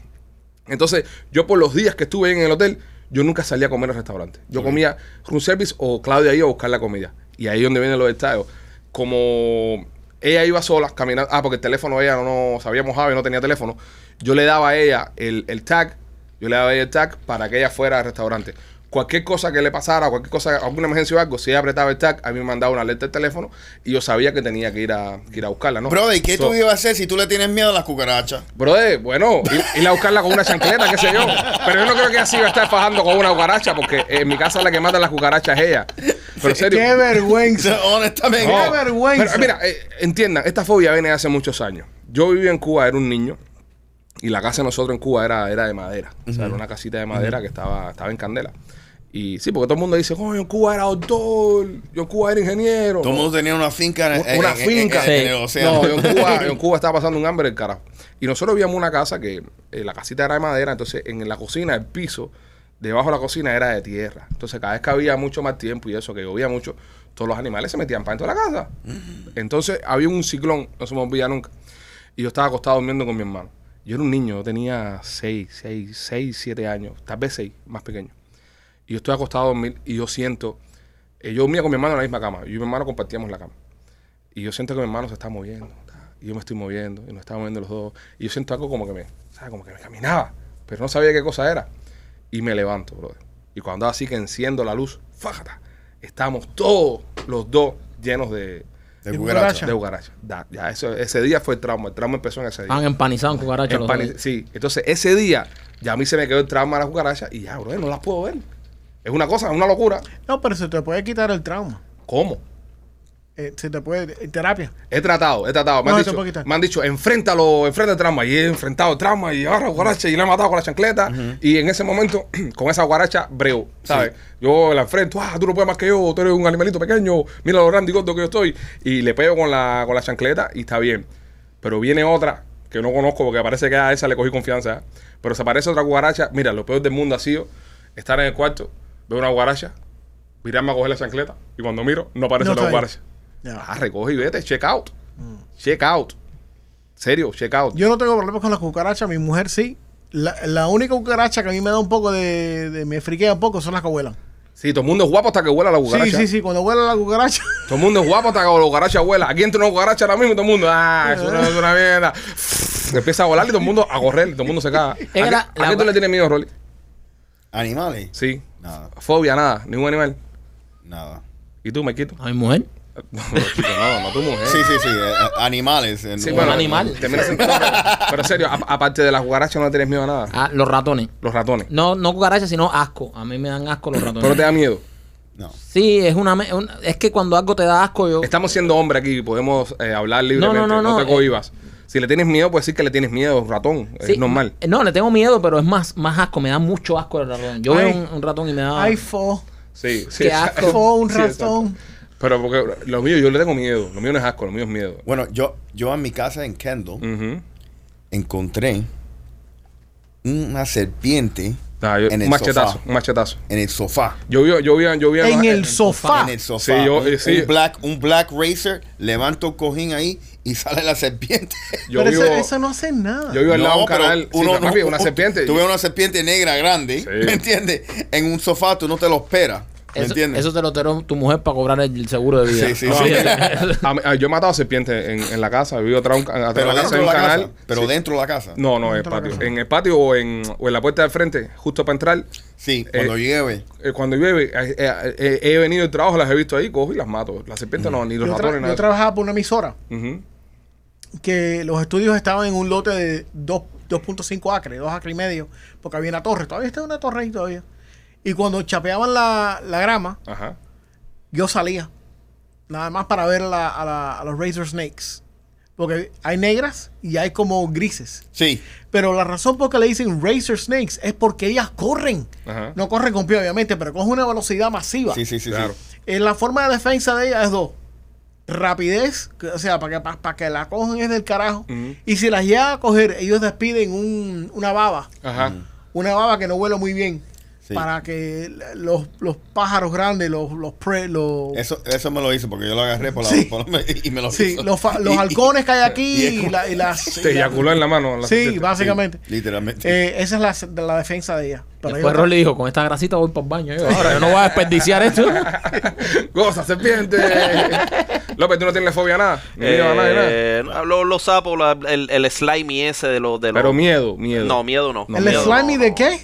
Entonces, yo por los días que estuve en el hotel, yo nunca salía a comer al restaurante. Yo comía room service o Claudia iba a buscar la comida. Y ahí es donde vienen los detalles. Como ella iba sola caminando, ah, porque el teléfono ella no, no sabía mojado y no tenía teléfono, yo le daba a ella el, el tag, yo le daba a ella el tag para que ella fuera al restaurante. Cualquier cosa que le pasara, cualquier cosa, alguna emergencia o algo, si ella apretaba el tag, a mí me mandaba una alerta del teléfono y yo sabía que tenía que ir a, que ir a buscarla, ¿no? Brother, ¿y qué So- tú ibas a hacer si tú le tienes miedo a las cucarachas? Brother, bueno, ir, ir a buscarla con una chancleta, qué sé yo. Pero yo no creo que así va a estar fajando con una cucaracha, porque en mi casa la que mata las cucarachas es ella. Pero en serio. Qué vergüenza. Honestamente. No. qué vergüenza. Pero, mira, eh, entiendan, esta fobia viene de hace muchos años. Yo vivía en Cuba, era un niño, y la casa de nosotros en Cuba era, era de madera. O sea, era una casita de madera que estaba, estaba en candela. Y sí, porque todo el mundo dice, oh, yo en Cuba era doctor, yo en Cuba era ingeniero. Todo el mundo tenía una finca. en- en- Una en- en- finca. en- en el Sí. No, océano. yo en Cuba, yo en Cuba estaba pasando un hambre del carajo. Y nosotros vivíamos en una casa que eh, la casita era de madera, entonces en la cocina, el piso, debajo de la cocina era de tierra. Entonces cada vez que había mucho más tiempo y eso, que llovía mucho, todos los animales se metían para dentro de la casa. Entonces había un ciclón, no se me olvida nunca. Y yo estaba acostado durmiendo con mi hermano. Yo era un niño, yo tenía 6, 6, 6, 7 años, tal vez 6, más pequeño. Y yo estoy acostado a dormir y yo siento, eh, yo dormía con mi hermano en la misma cama, yo y mi hermano compartíamos la cama. Y yo siento que mi hermano se está moviendo. ta, Y yo me estoy moviendo. Y nos estamos moviendo los dos. Y yo siento algo como que me, ¿sabes? Como que me caminaba. Pero no sabía qué cosa era. Y me levanto, brother. Y cuando así que enciendo la luz, fájata. Estamos todos los dos llenos de, De De cucarachas. de cucarachas. Da, Ya, eso, ese día fue el trauma. El trauma empezó en ese día. Estaban empanizados en cucarachas. los Empani- dos. sí, entonces ese día ya a mí se me quedó el trauma de la cucaracha y ya, bro, no las puedo ver. Es una cosa, es una locura. No, pero se te puede quitar el trauma. ¿Cómo? Eh, se te puede. eh, terapia. He tratado, he tratado. Me, No, han, se puede dicho, quitar. me han dicho, enfréntalo, enfrenta el trauma. Y he enfrentado el trauma y ahora guaracha y le he matado con la chancleta. Y en ese momento, con esa guaracha, breo, ¿sabes? Yo la enfrento, ah, tú no puedes más que yo, tú eres un animalito pequeño, mira lo grande y gordo que yo estoy. Y le pego con la, con la chancleta y está bien. Pero viene otra que no conozco porque parece que a esa le cogí confianza. ¿eh? Pero se aparece otra guaracha. Mira, lo peor del mundo ha sido estar en el cuarto, veo una guaracha, mirarme a coger la chancleta y cuando miro, no aparece No la está ahí. guaracha. Ya. Ah, recoge y vete, check out. Check out. Serio, check out. Mm. Yo no tengo problemas con las cucarachas, mi mujer sí. La, la única cucaracha que a mí me da un poco de, de- me friquea un poco son las que vuelan. Sí, todo el mundo es guapo hasta que huela la Sí, cucaracha. sí, sí, cuando vuela la cucaracha. Todo el mundo es guapo hasta que la cucaracha huela. Aquí entra una cucaracha ahora mismo, todo el mundo. Ah, eso no es una mierda. Empieza a volar y todo el mundo a correr, todo el mundo se caga. ¿A qué, que la- a qué la- tú le tienes miedo, Rolly? ¿Animales? Sí. Nada, Fobia, nada, ningún animal. nada. ¿Y tú, me quito? A mi mujer. No, chico, no, no tu mujer. Sí, sí, sí. eh, eh, animales. eh, Sí, no- bueno, Un animal. termina siendo- Pero serio, a- aparte de las cucarachas no le tienes miedo a nada. Ah, los ratones. Los ratones. No, no cucarachas, sino asco. A mí me dan asco los ratones. Pero te da miedo. No. Sí, es una, me- un- Es que cuando algo te da asco, yo. Estamos siendo hombre aquí y podemos eh, hablar libremente. No, No, no, eh. no, te no, cohibas. si le tienes miedo, puedes decir que le tienes miedo, ratón. Sí, es normal. eh, No, le tengo miedo, pero es más, más asco. Me da mucho asco el ratón. Yo Ay. veo un, un ratón y me da. Ay, fo. Sí, sí. qué asco. Fo, Oh, un Ah. Sí, ratón. exacto. Pero porque lo mío, yo le tengo miedo. Lo mío no es asco, lo mío es miedo. Bueno, yo, yo en mi casa en Kendall Ujú. encontré una serpiente Ah, yo- en un el machetazo, sofá. un machetazo. En el sofá. Yo vi, yo vi, yo vi. en eh, el sofá. En el sofá. Sí, yo- un, eh, sí. un black, un black racer, levanto el cojín ahí y sale la serpiente. Yo pero vivo, ese, ese no hace nada. yo vivo al lado de un pero canal. sí, uno no- papi, una un- serpiente. Tú ves una serpiente negra grande, ¿me entiendes? En un sofá tú no te lo esperas, ¿me Eso, entiendes? eso te lo tiró tu mujer para cobrar el seguro de vida. Sí, sí, No, sí. Ah, A mí- a- yo he matado serpientes en, en la casa. Yo vivo atrás de un ca- atrás de pero la casa dentro hay de un la canal. casa. Pero Sí. dentro de la casa. No, no, en el Dentro de la patio. casa. En el patio o en, o en la puerta del frente, justo para entrar, Sí, cuando llueve. Eh, cuando llueve, eh, eh, eh, he venido del trabajo, las he visto ahí, cojo y las mato. Las serpientes no, ni Yo los tra- ratones, yo nada. trabajaba por una emisora Ujú. que los estudios estaban en un lote de dos- 2.5 acres, 2 acres y medio, porque había una torre. Todavía está una torre ahí todavía. Y cuando chapeaban la, la grama, Ajá. yo salía. Nada más para ver la- a, la- a los Razor Snakes. Porque hay negras y hay como grises. Sí. Pero la razón por que le dicen Razor Snakes es porque ellas corren. Ajá. No corren con pie, obviamente, pero cogen una velocidad masiva. Sí, sí, sí, Claro. sí. Eh, la forma de defensa de ellas es dos. Rapidez, que- o sea, para que, para, que la cojan es del carajo. Ujú. Y si las llega a coger, ellos despiden un- una baba. Ajá. Una baba que no huele muy bien. Sí. Para que la- los, los pájaros grandes, los, los, pre, los, Eso, eso me lo hizo porque yo lo agarré por la, Sí. por la- y me lo Sí, hizo. los, fa- los Y- y- halcones que hay aquí y y, es como- la- y las... Te y la- eyaculó en la mano. la Sí, serpiente. básicamente. Literalmente. Eh, esa es la, se- de la defensa de ella. Pero Después yo- Rolly dijo, con esta grasita voy para el baño. Yo, ahora yo no voy a desperdiciar esto. Goza, serpiente. López, tú no tienes fobia a nada. Ni miedo a nada, ni nada. Eh, no, lo- los sapos, la- el, el slimy ese de los... De los Pero miedo, miedo. No, miedo no. No, ¿El miedo slimy no, de no. qué?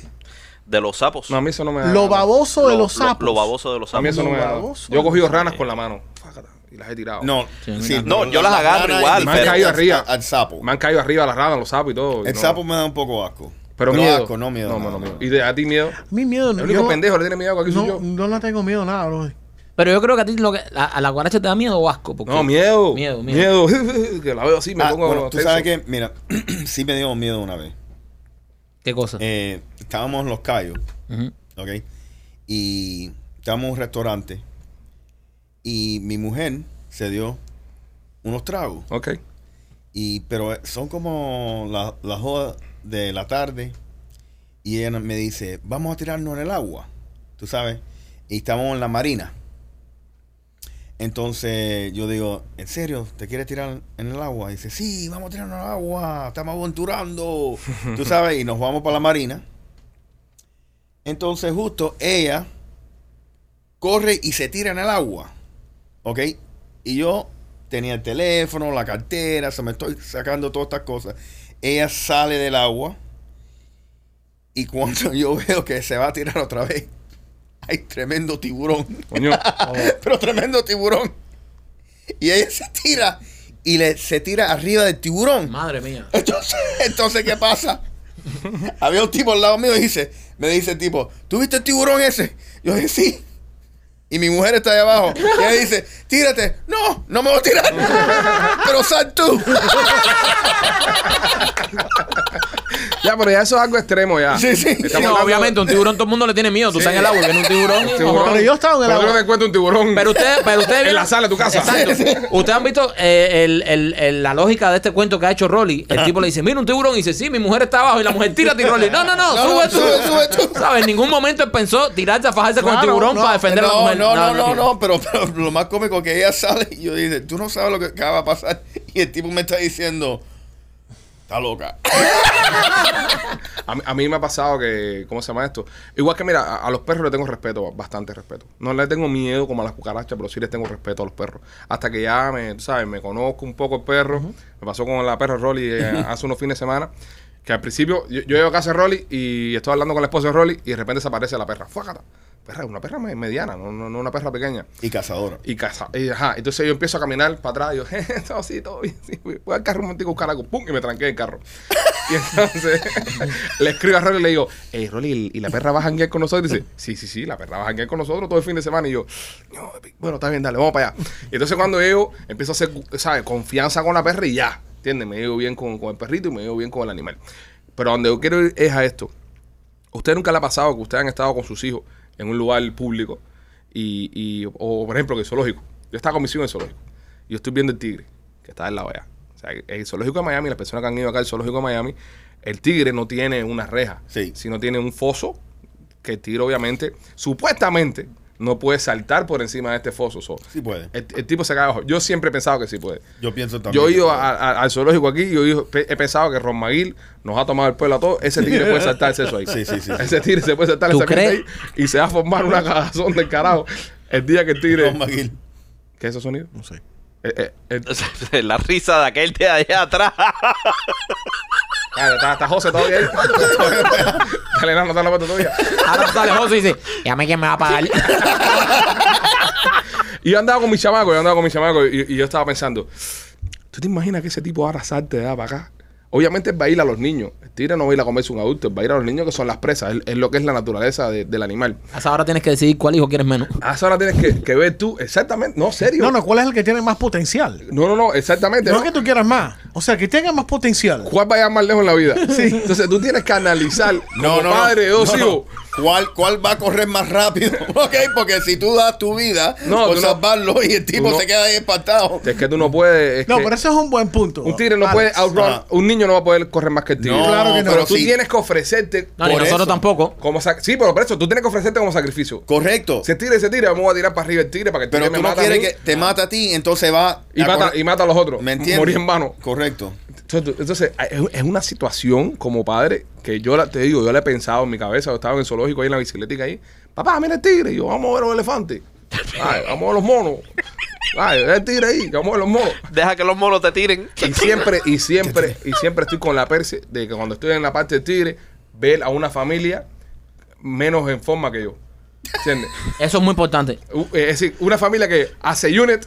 De los sapos. No, a mí eso no me da. Lo baboso de Lo- los lo- sapos. Lo, baboso de los A mí sapos. eso no me da. baboso. Yo he cogido ranas con la mano. Fácata, Y las he tirado. no, Sí, sí, no, pero yo las agarro ranas igual, y Me han caído al- arriba. Al, al sapo. Me han caído arriba las ranas, los sapos y todo. y El no. sapo me da un poco asco. Pero miedo. asco, no miedo. No, no, nada, no, miedo. nada. ¿Y de- a ti miedo? Mi miedo El no. único yo- pendejo que le tiene miedo aquí soy no, yo. no le tengo miedo a nada, bro. Pero yo creo que a ti lo que, a, a la guaracha te da miedo o asco. porque- No, miedo. Miedo, miedo. que la veo así, me Ah, pongo. bueno, tú tenso. sabes que, mira, sí me dio miedo una vez. ¿Qué cosa? Eh, estábamos en Los Cayos, Ujú. ¿ok? Y estábamos en un restaurante. Y mi mujer se dio unos tragos. Ok. Y, pero eh, son como la- las horas de la tarde. Y ella me dice, vamos a tirarnos en el agua. Tú sabes. Y estamos en la marina. Entonces yo digo, ¿en serio? ¿Te quieres tirar en el agua? Y dice, sí, vamos a tirarnos en el agua. Estamos aventurando. Tú sabes. Y nos vamos para la marina. Entonces justo ella corre y se tira en el agua. ¿Ok? Y yo tenía el teléfono, la cartera, se me estoy sacando todas estas cosas. Ella sale del agua y cuando yo veo que se va a tirar otra vez, hay tremendo tiburón, Coño. pero tremendo tiburón. Y ella se tira y le, se tira arriba del tiburón. Madre mía. Entonces, entonces, ¿qué pasa? Había un tipo al lado mío y dice, me dice el tipo, ¿tú viste el tiburón ese? Yo dije, sí. Y mi mujer está ahí abajo. Y ella dice, tírate. No, no me voy a tirar. Pero sal tú. Ya, pero ya eso es algo extremo ya. Sí, sí. Estamos Sí, No, hablando- obviamente, un tiburón todo el mundo le tiene miedo. Tú Sí. estás en el agua y viene un tiburón. Un tiburón. Pero yo estaba en el Pero tú agua. no te encuentras un tiburón. Pero ustedes, pero ustedes En la sala de tu casa. Exacto. Sí, sí. Ustedes han visto eh, el- el- el- la lógica de este cuento que ha hecho Rolly. El tipo le dice, mira un tiburón. Y dice, sí, mi mujer está abajo. Y la mujer, tírate, y Rolly. No, no, no, No, sube, no, tú. sube, sube tú. ¿Sabes? En ningún momento él pensó tirarse a fajarse con el Claro, tiburón no, para defender a la No, mujer. no, no, no, no, pero, pero lo más cómico que ella sale y yo dice, tú no sabes lo que acaba de pasar. Y el tipo me está diciendo, está loca. A, mí- a mí me ha pasado que, ¿cómo se llama esto? Igual que, mira, a, a los perros le tengo respeto, bastante respeto. No le tengo miedo como a las cucarachas, pero sí les tengo respeto a los perros. Hasta que ya me, tú ¿sabes? Me conozco un poco el perro. Me pasó con la perra Rolly eh, hace unos fines de semana. Que al principio yo, yo llego a casa de Rolly y estoy hablando con la esposa de Rolly y de repente desaparece la perra. Fuácata. Perra, una perra me- mediana, no, no, no una perra pequeña. Y cazadora. Y casa, y, ajá, entonces yo empiezo a caminar para atrás. Y yo, jeje, no, sí, todo bien. sí, voy voy al carro un momentico a buscar algo. ¡Pum! Y me tranqué el carro. Y entonces le escribo a Rolly y le digo, hey, Rolly, ¿y la perra va a janguear con nosotros? Y dice, sí, sí, sí, la perra va a janguear con nosotros todo el fin de semana. Y yo, "No, bueno, está bien, dale, vamos para allá. Y entonces cuando llego, empiezo a hacer, ¿sabes? Confianza con la perra y ya. ¿Entiendes? Me llevo bien con, con el perrito y me llevo bien con el animal. Pero donde yo quiero ir es a esto. ¿A ¿Usted nunca le ha pasado que ustedes han estado con sus hijos en un lugar público? Y, y- o, por ejemplo, que el zoológico. Yo estaba con mis hijos en el zoológico. Y yo estoy viendo el tigre, que está al lado allá. O sea, el zoológico de Miami, las personas que han ido acá al zoológico de Miami, el tigre no tiene una reja, Sí. sino tiene un foso que el tigre obviamente, supuestamente, no puede saltar por encima de este foso. So, Sí puede. el, el tipo se cae abajo. Yo siempre he pensado que sí puede. Yo pienso también. Eh, Yo he que ido puede. a- a- al zoológico aquí y yo he ido- pe- he pensado que Ron Maguil nos ha tomado el pelo a todos. Ese tigre puede saltarse eso ahí. Sí, sí, sí, sí. Ese tigre se puede saltar ¿Tú esa mierda crees? ahí y se va a formar una cagazón del carajo el día que el tigre. Ron McGill. ¿Qué es ese sonido? Eh, No sé. la risa de aquel de allá atrás. está, está José todavía ahí. Dale, no, no está la puerta todavía. Ahora sale José y dice, llame quién me va a pagar. Y yo andaba con mi chamaco, yo andaba con mi chamaco y, y yo estaba pensando, ¿tú te imaginas que ese tipo ahora salte de allá para acá? Obviamente él va a ir a los niños. El tigre no va a ir a comerse un adulto, él va a ir a los niños que son las presas. Es, es lo que es la naturaleza de- del animal. A esa hora tienes que decidir cuál hijo quieres menos. Ah, eso ahora tienes que, que ver tú. Exactamente. No, serio. No, no, ¿cuál es el que tiene más potencial? No, no, no, exactamente. No ¿no? es que tú quieras más. O sea, que tenga más potencial. ¿Cuál vaya más lejos en la vida? Entonces tú tienes que analizar. No, como no. Padre de no, dos no. hijos. ¿Cuál, ¿Cuál va a correr más rápido? ok, porque si tú das tu vida No, por tú no. salvarlo y el tipo no. se queda ahí espantado. Es que tú no puedes. es No, que pero eso es un buen punto. Un tigre no Alex. puede outrun. Ah. Un niño no va a poder correr más que el tigre. No, Claro que no. Pero pero tú sí. tienes que ofrecerte. No, ni Por nosotros eso. tampoco. Como sac- sí, pero por eso tú tienes que ofrecerte como sacrificio. Correcto. Se tira y se tira, vamos a tirar para arriba el tigre para que el Pero tigre tú me no mata a quieres mí que te mata a ti, entonces va y a mata, correr- y mata a los otros. ¿Me entiendes? Morir en vano. Correcto. Entonces, tú- entonces, es es una situación como padre que yo la- te digo, yo la he pensado en mi cabeza. Yo estaba en el zoológico ahí en la bicicleta ahí. Papá, mira el tigre. Y yo, vamos a ver los elefantes. Ay, vamos a ver los monos. Ay, el tigre ahí, vamos a ver los monos. Deja que los molos te tiren. Y siempre, y siempre, y siempre estoy con la perse de que cuando estoy en la parte del tigre, ver a una familia menos en forma que yo. ¿Entiendes? Eso es muy importante. U- eh, Es decir, una familia que hace unit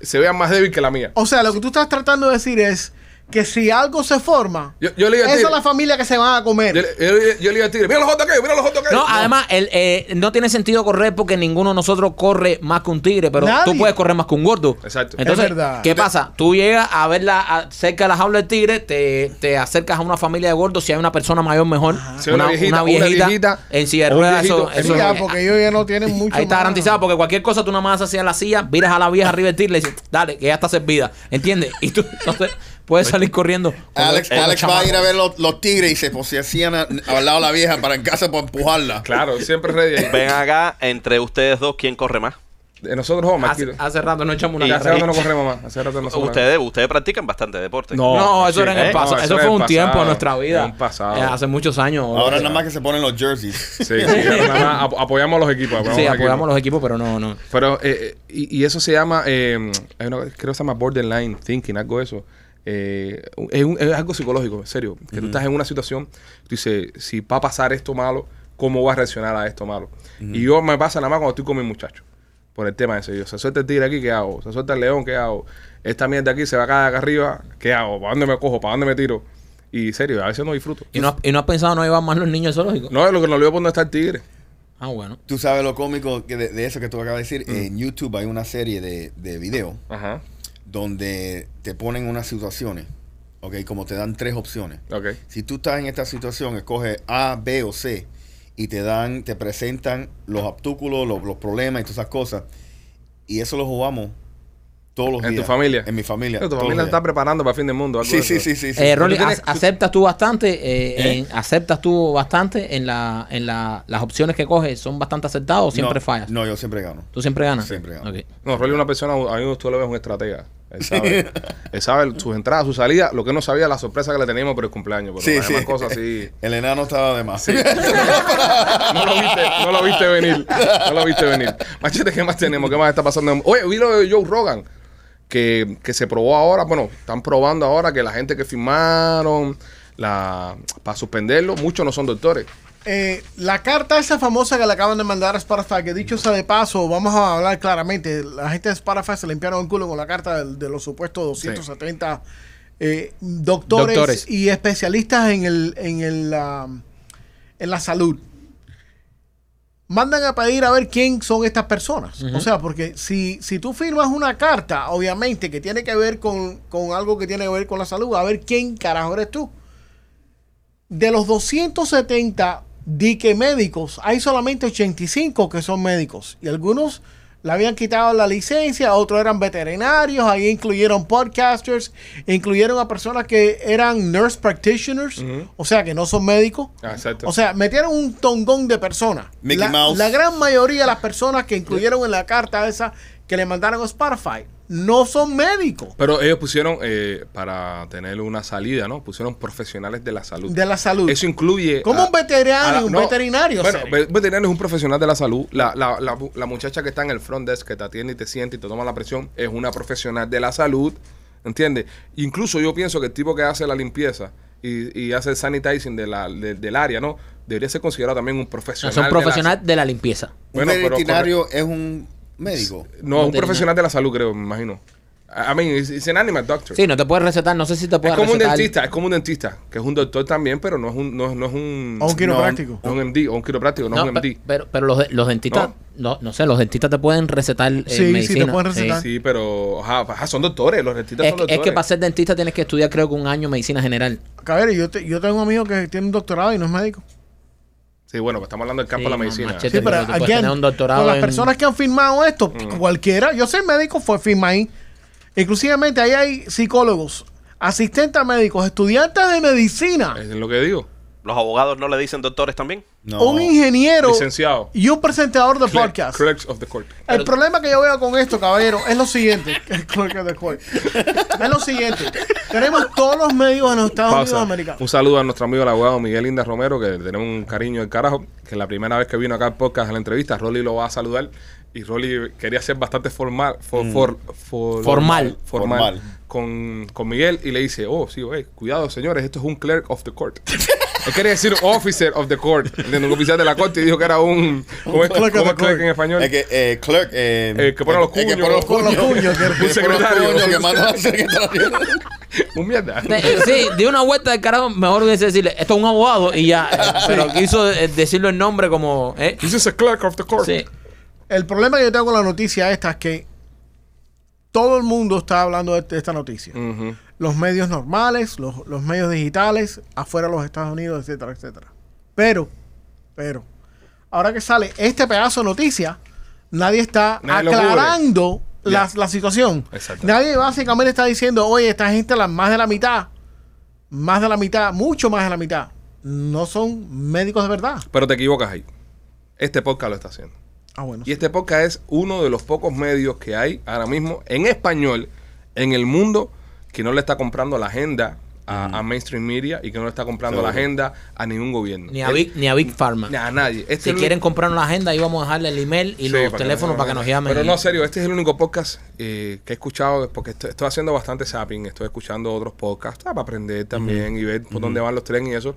se vea más débil que la mía. O sea, lo que tú estás tratando de decir es que si algo se forma, Yo, yo le digo al esa es tigre, la familia que se van a comer. yo, le- yo le- yo le digo al tigre, mira los otros que, mira los otros que. No, además, el, eh, no tiene sentido correr porque ninguno de nosotros corre más que un tigre, pero Nadie. tú puedes correr más que un gordo. Exacto. Entonces, Es verdad. ¿qué pasa? Tú llegas a verla a- cerca de la jaula del tigre, te, te acercas a una familia de gordos, si hay una persona mayor mejor, Si hay una viejita, una viejita, en silla de o un ruedas, viejito, eso, sí, eso Sí, es- ya, porque ellos ya no tienen mucho. Ahí está más. garantizado porque cualquier cosa tú nada más haces en la silla, viras a la vieja arriba del tigre y le dices, dale, que ya está servida, ¿entiendes? Y tú entonces puedes salir corriendo. con Alex, eh, el- el Alex va chamaco. a ir a ver los, los tigres y se posecían al lado de la vieja para en casa para empujarla. Claro, siempre ready. ahí. Ven acá, entre ustedes dos, ¿quién corre más? De Eh, nosotros jóvenes, Hace, Marquito. hace rato no echamos una Y hace rato carrera. no corremos más. Hace rato no corremos. Ustedes, ustedes practican bastante deporte. No. Este, No, eso sí, era en ¿eh? el pasado. No, eso eso era fue en un el tiempo pasado, de nuestra vida. en un pasado. Eh, hace muchos años. Ahora nada más que se ponen los jerseys. Sí, sí, ahora nada más ap- apoyamos a los equipos. Apoyamos Sí, a los equipos. apoyamos los equipos, pero no, no. Pero, eh, eh, y, y eso se llama, eh, hay una- creo que se llama borderline thinking, algo de eso. Eh, es, un- es algo psicológico, en serio. Que tú estás en una situación, tú dices, si va a pasar esto malo, ¿cómo vas a reaccionar a esto malo? Y yo me pasa nada más cuando estoy con mis muchachos. Por el tema ese, yo, se suelta el tigre aquí, ¿qué hago? Se suelta el león, ¿qué hago? Esta mierda aquí se va a caer acá arriba, ¿qué hago? ¿Para dónde me cojo? ¿Para dónde me tiro? Y serio, a veces no disfruto. ¿Y no, has, y no has pensado no llevar más los niños al zoológico? No, es lo que no le voy a poner está el tigre. Ah, bueno. Tú sabes lo cómico que de, de eso que tú acabas de decir. Mm. En YouTube hay una serie de, de videos Ajá. donde te ponen unas situaciones, ¿ok? Como te dan tres opciones. Ok. Si tú estás en esta situación, escoge A, B o C y te dan, te presentan los obstáculos, los, los problemas y todas esas cosas. Y eso lo jugamos todos los ¿En tu días. familia? En mi familia. Pero tu todos familia los está días. preparando para fin del mundo. algo de Sí, sí, eso. sí, sí. sí. Eh, Rolly, Tú tienes- ac- aceptas tú bastante, eh, en- aceptas tú bastante en la, en la, las opciones que coges son bastante aceptadas o siempre no, fallas. No, yo siempre gano. ¿Tú siempre ganas? Siempre gano. Ok. No, Rolly es una persona, a mí tú lo ves un estratega. Él sabe, él sabe sus entradas, sus salidas, lo que no sabía, la sorpresa que le teníamos por el cumpleaños. Pero Sí, las sí. demás cosas sí. El enano estaba de más. No lo viste, no lo viste venir. No lo viste venir. Machete, ¿qué más tenemos? ¿Qué más está pasando? Oye, vi lo de Joe Rogan. Que, que se probó ahora, bueno, están probando ahora que la gente que firmaron la, para suspenderlo, muchos no son doctores. Eh, la carta esa famosa que le acaban de mandar a Spotify, que dicho sea de paso, vamos a hablar claramente, la gente de Spotify se limpiaron el culo con la carta del- de, los supuestos 270 eh, doctores, Doctores. y especialistas en, el, en, el, um, en la salud. Mandan a pedir a ver quién son estas personas. O sea, porque si, si tú firmas una carta, obviamente, que tiene que ver con, con algo que tiene que ver con la salud, a ver quién carajo eres tú de los 270 dique médicos, hay solamente 85 que son médicos. Y algunos le habían quitado la licencia, otros eran veterinarios, ahí incluyeron podcasters, incluyeron a personas que eran nurse practitioners, o sea que no son médicos. Ah, exacto. O sea, metieron un tongón de personas. Mickey la, Mouse. la gran mayoría de las personas que incluyeron en la carta esa que le mandaron a Spotify no son médicos Pero ellos pusieron, eh, para tener una salida, ¿no? Pusieron profesionales de la salud. de la salud. Eso incluye. Como a- un veterinario, a la- un veterinario, Ah, Bueno, Cedric. ve- veterinario es un profesional de la salud. La, la- la- la muchacha que está en el front desk, que te atiende y te siente y te toma la presión, es una profesional de la salud. ¿Entiendes? Incluso yo pienso que el tipo que hace la limpieza y, y hace el sanitizing de la- de- del área, ¿no? Debería ser considerado también un O sea, profesional. son de la- profesionales de la limpieza. Un Bueno, pero veterinario es un médico. No, es un Veterinario. profesional de la salud, creo, me imagino. I I mean, it's, it's an animal doctor. Sí, no te puedes recetar, no sé si te es puedes como un recetar. dentista, es como un dentista, que es un doctor también, pero no es un, no, es- no es un, O un quiropráctico. no es un MD, o un quiropráctico, no, No, es un pe- MD. pero, pero los, de- los dentistas, no. no sé, los dentistas te pueden recetar eh, Sí, sí, te medicina. pueden recetar. Sí, pero ajá, ajá, son doctores, los dentistas Es, son que- doctores. es que para ser dentista tienes que estudiar creo que un año medicina general. Caballero, yo, te- yo tengo un amigo que tiene un doctorado y no es médico. Sí, bueno, pues estamos hablando del campo de la Sí, medicina. machete. Sí, pero pero tú puedes again, tener un doctorado con las en- personas que han firmado esto, cualquiera, yo soy médico, fue firma ahí. Inclusivamente ahí hay psicólogos, asistentes a médicos, estudiantes de medicina, Es lo que digo. ¿Los abogados no le dicen doctores también? No. un ingeniero Licenciado. y un presentador de Clerk- podcast. Clerks of the court. El problema que yo veo con esto, caballero, es lo siguiente. Clerk of the court. es lo siguiente. Tenemos todos los medios en los Estados Unidos Pausa. americanos. Un saludo a nuestro amigo el abogado Miguel Inda Romero, que le tenemos un cariño del carajo, que la primera vez que vino acá al podcast a la entrevista, Rolly lo va a saludar. Y Rolly quería ser bastante formal, for- for- for- Mm. Formal. formal, Formal. Con, con Miguel y le dice, oh, sí, oye, cuidado señores, esto es un clerk of the court. Él quería decir officer of the court, ¿entiendes? un oficial de la corte y dijo que era un... ¿Cómo es cómo es clerk of the court. clerk en español? Es que eh, clerk. Eh, El que pone los el que cuños. pone los Pone los cuños. cuños, que- El que pone los secretario. cuños, que manda al secretario. Un mierda. Eh, Sí, di una vuelta de carajo, mejor hubiese decirle, esto es un abogado y ya. eh, Pero quiso eh, decirle el nombre como... eh, This is a clerk of the court. sí. El problema que yo tengo con la noticia esta es que todo el mundo está hablando de de esta noticia. Ujú. los medios normales, los, los medios digitales, afuera de los Estados Unidos, etcétera, etcétera. Pero, pero, ahora que sale este pedazo de noticia, nadie está Nadie lo cubre. aclarando Ya. la, la situación. Exacto. Nadie básicamente está diciendo, oye, esta gente, la, más de la mitad, más de la mitad, mucho más de la mitad, no son médicos de verdad. Pero te equivocas ahí. Este podcast lo está haciendo. Ah, bueno. Y este podcast es uno de los pocos medios que hay ahora mismo en español, en el mundo, que no le está comprando la agenda a, a mainstream media y que no le está comprando la Seguro. agenda a ningún gobierno. Ni a Eh, Big, ni a Big Pharma. ni a nadie. Este Si es el quieren comprar una agenda, íbamos a dejarle el email y Sí, los para que teléfonos para que nos llamen. Pero y- no, serio, este es el único podcast eh, que he escuchado, porque estoy, estoy haciendo bastante zapping, estoy escuchando otros podcasts ah, para aprender también y ver por dónde van los trenes y eso.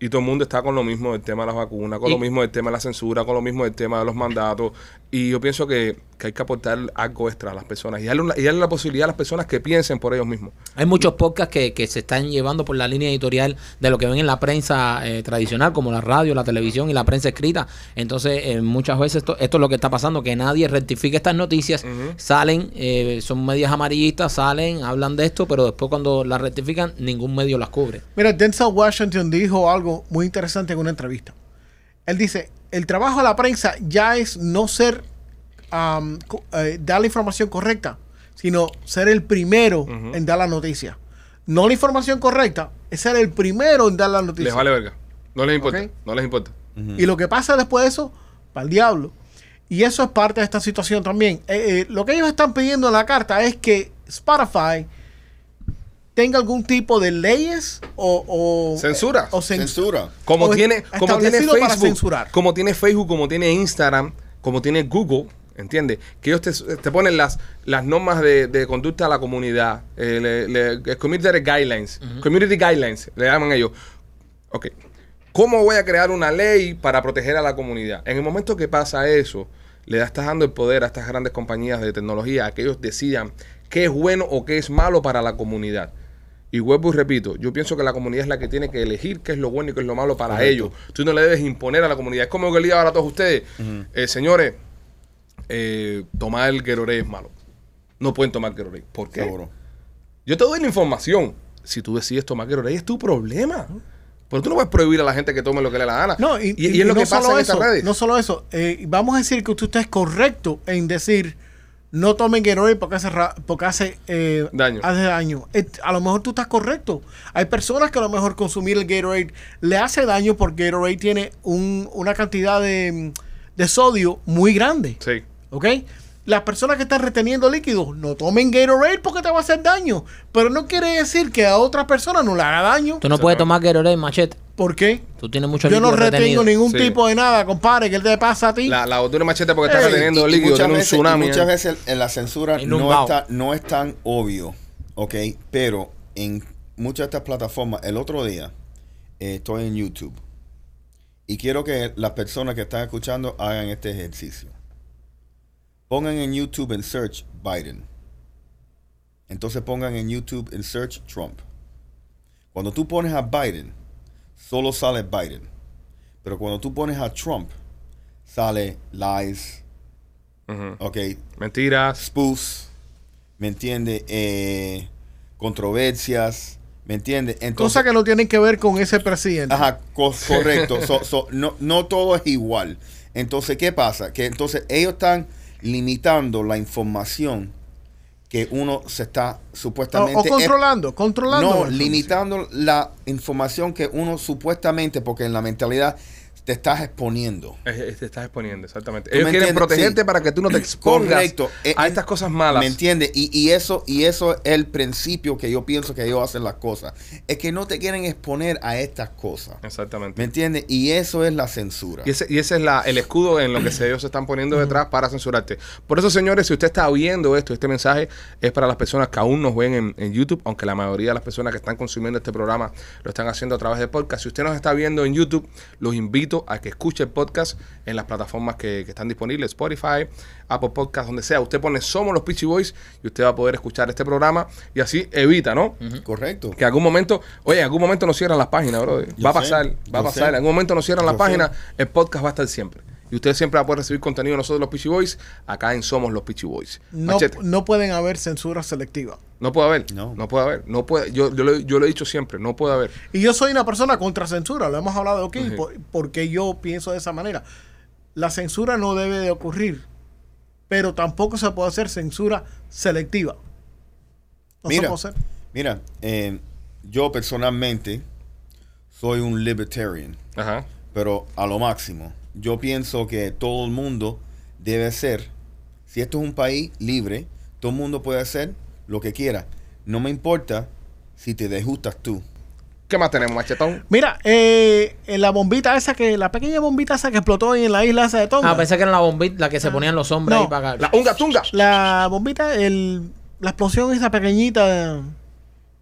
Y todo el mundo está con lo mismo del tema de las vacunas, con Y- lo mismo del tema de la censura, con lo mismo del tema de los mandatos. Y yo pienso que, que hay que aportar algo extra a las personas y darle, una- y darle la posibilidad a las personas que piensen por ellos mismos. Hay muchos podcasts que, que se están llevando por la línea editorial de lo que ven en la prensa eh, tradicional, como la radio, la televisión y la prensa escrita. Entonces, eh, muchas veces esto, esto es lo que está pasando, que nadie rectifica estas noticias. Salen, eh, son medias amarillistas, salen, hablan de esto, pero después cuando las rectifican, ningún medio las cubre. Mira, Denzel Washington dijo algo muy interesante en una entrevista. Él dice, el trabajo de la prensa ya es no ser, am, co- eh, dar la información correcta, sino ser el primero en dar la noticia. No la información correcta, es ser el primero en dar la noticia. Les vale verga. No les importa. Ok. No les importa. Y lo que pasa después de eso, para el diablo. Y eso es parte de esta situación también. Eh, eh, lo que ellos están pidiendo en la carta es que Spotify tenga algún tipo de leyes o... o- Censura. O cen- Censura. Como o tiene, como tiene establecido para Facebook, censurar. como tiene Facebook, como tiene Instagram, como tiene Google, ¿entiendes? Que ellos te, te ponen las, las normas de, de conducta a la comunidad, eh, le- le- community guidelines, community guidelines, le llaman ellos. Ok, ¿cómo voy a crear una ley para proteger a la comunidad? En el momento que pasa eso, le da- estás dando el poder a estas grandes compañías de tecnología a que ellos decidan qué es bueno o qué es malo para la comunidad. Y vuelvo y repito, yo pienso que la comunidad es la que tiene que elegir qué es lo bueno y qué es lo malo para ellos. Tú no le debes imponer a la comunidad. Es como que le diga ahora a todos ustedes, eh, señores, eh, tomar el Gatorade es malo. No pueden tomar Gatorade. ¿Por qué? Seguro. Yo te doy la información. Si tú decides tomar Gatorade es tu problema. Pero tú no puedes prohibir a la gente que tome lo que le da la gana. No, y, y- es y lo no que pasa solo en eso, estas redes. No solo eso, eh, vamos a decir que tú estás correcto en decir no tomen Gatorade porque hace, ra- porque hace eh, Daño. hace daño. Eh, a lo mejor tú estás correcto. Hay personas que a lo mejor consumir el Gatorade le hace daño porque Gatorade tiene un- una cantidad de, mm, de sodio muy grande. Sí. ¿Ok? Las personas que están reteniendo líquidos no tomen Gatorade porque te va a hacer daño. Pero no quiere decir que a otra persona no le haga daño. Tú no puedes tomar Gatorade machete. ¿Por qué? Tú tienes mucho Yo no líquido retengo retenido. ningún Sí. tipo de nada, compadre, que él te pasa a ti. La, la botella de machete porque está Ey, reteniendo Y- y líquido, muchas tiene un veces- y tsunami. Muchas ¿eh? veces en la censura no, Inundado. está, no es tan obvio, ¿ok? Pero en muchas de estas plataformas, el otro día eh, estoy en YouTube y quiero que las personas que están escuchando hagan este ejercicio. Pongan en YouTube en search Biden. Entonces pongan en YouTube en search Trump. Cuando tú pones a Biden, solo sale Biden. Pero cuando tú pones a Trump, sale lies, Ujú. ok, Mentiras. spoofs, ¿me entiende? Eh, controversias, ¿me entiende? cosa que no tienen que ver con ese presidente. Ajá, co- correcto. So- so, no, no todo es igual. Entonces, ¿qué pasa? Que entonces ellos están limitando la información que uno se está O, supuestamente... o controlando, No, controlando. limitando la información que uno supuestamente, porque en la mentalidad te estás exponiendo. Es- es- Te estás exponiendo, exactamente. ¿Tú Ellos me quieren entiendes? protegerte Sí. para que tú no te expongas Correcto. Eh, a eh, estas cosas malas. ¿Me entiendes? Y, y eso, y eso es el principio que yo pienso que ellos hacen las cosas. Es que no te quieren exponer a estas cosas. Exactamente. ¿Me entiendes? Y eso es la censura. Y ese, y ese es la, el escudo en lo que se- ellos se están poniendo detrás para censurarte. Por eso, señores, si usted está viendo esto, este mensaje es para las personas que aún nos ven en, en YouTube, aunque la mayoría de las personas que están consumiendo este programa lo están haciendo a través de podcast. Si usted nos está viendo en YouTube, los invito a que escuche el podcast en las plataformas que, que están disponibles, Spotify, Apple Podcast, donde sea. Usted pone Somos los Peachy Boys y usted va a poder escuchar este programa y así evita, ¿no? Correcto. Que en algún momento, oye, en algún momento nos cierran las páginas, bro. Yo Va a sé, pasar, va a yo pasar. sé. En algún momento nos cierran las Yo páginas, el podcast va a estar siempre. Y usted siempre va a poder recibir contenido de nosotros los Peachy Boys. Acá en Somos los Peachy Boys. No, Machete, no pueden haber censura selectiva. no puede haber. No. No. puede haber. No puede, yo, yo, lo, yo lo he dicho siempre, no puede haber. Y yo soy una persona contra censura, lo hemos hablado aquí, Ujú. por- porque yo pienso de esa manera. La censura no debe de ocurrir, pero tampoco se puede hacer censura selectiva. No se Mira. puede hacer. Mira, eh, yo personalmente soy un libertarian, Ajá. pero a lo máximo. Yo pienso que todo el mundo debe ser, si esto es un país libre, todo el mundo puede hacer lo que quiera. No me importa si te desgustas tú. ¿Qué más tenemos, machetón? Mira, eh, en la bombita esa que, la pequeña bombita esa que explotó hoy en la isla esa de Tonga. Ah, pensé que era la bombita la que se ponían los hombres No. ahí para La unga tunga. La bombita, el, la explosión esa pequeñita de,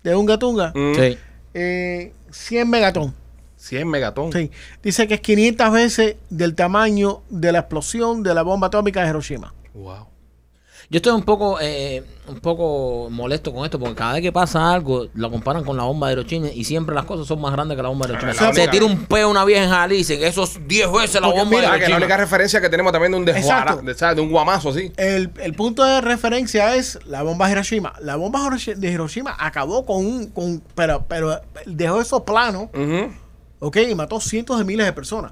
de Unga Tunga, Mm, Sí. eh, 100 megatón. 100 megatón. Sí. Dice que es 500 veces del tamaño de la explosión de la bomba atómica de Hiroshima. Wow. Yo estoy un poco, eh, un poco molesto con esto porque cada vez que pasa algo lo comparan con la bomba de Hiroshima y siempre las cosas son más grandes que la bomba de Hiroshima. la Se única- tira un peo una vieja en Jalí y dicen, eso es 10 veces la Porque bomba mira, Ah, de que la Hiroshima. única referencia que tenemos también de un desguara, Exacto. de, ¿sabes? de un guamazo así. El, el punto de referencia es la bomba de Hiroshima. La bomba Hiroshi- de Hiroshima acabó con un. Con, pero, pero dejó esos planos, Ujú. ¿ok? Y mató cientos de miles de personas.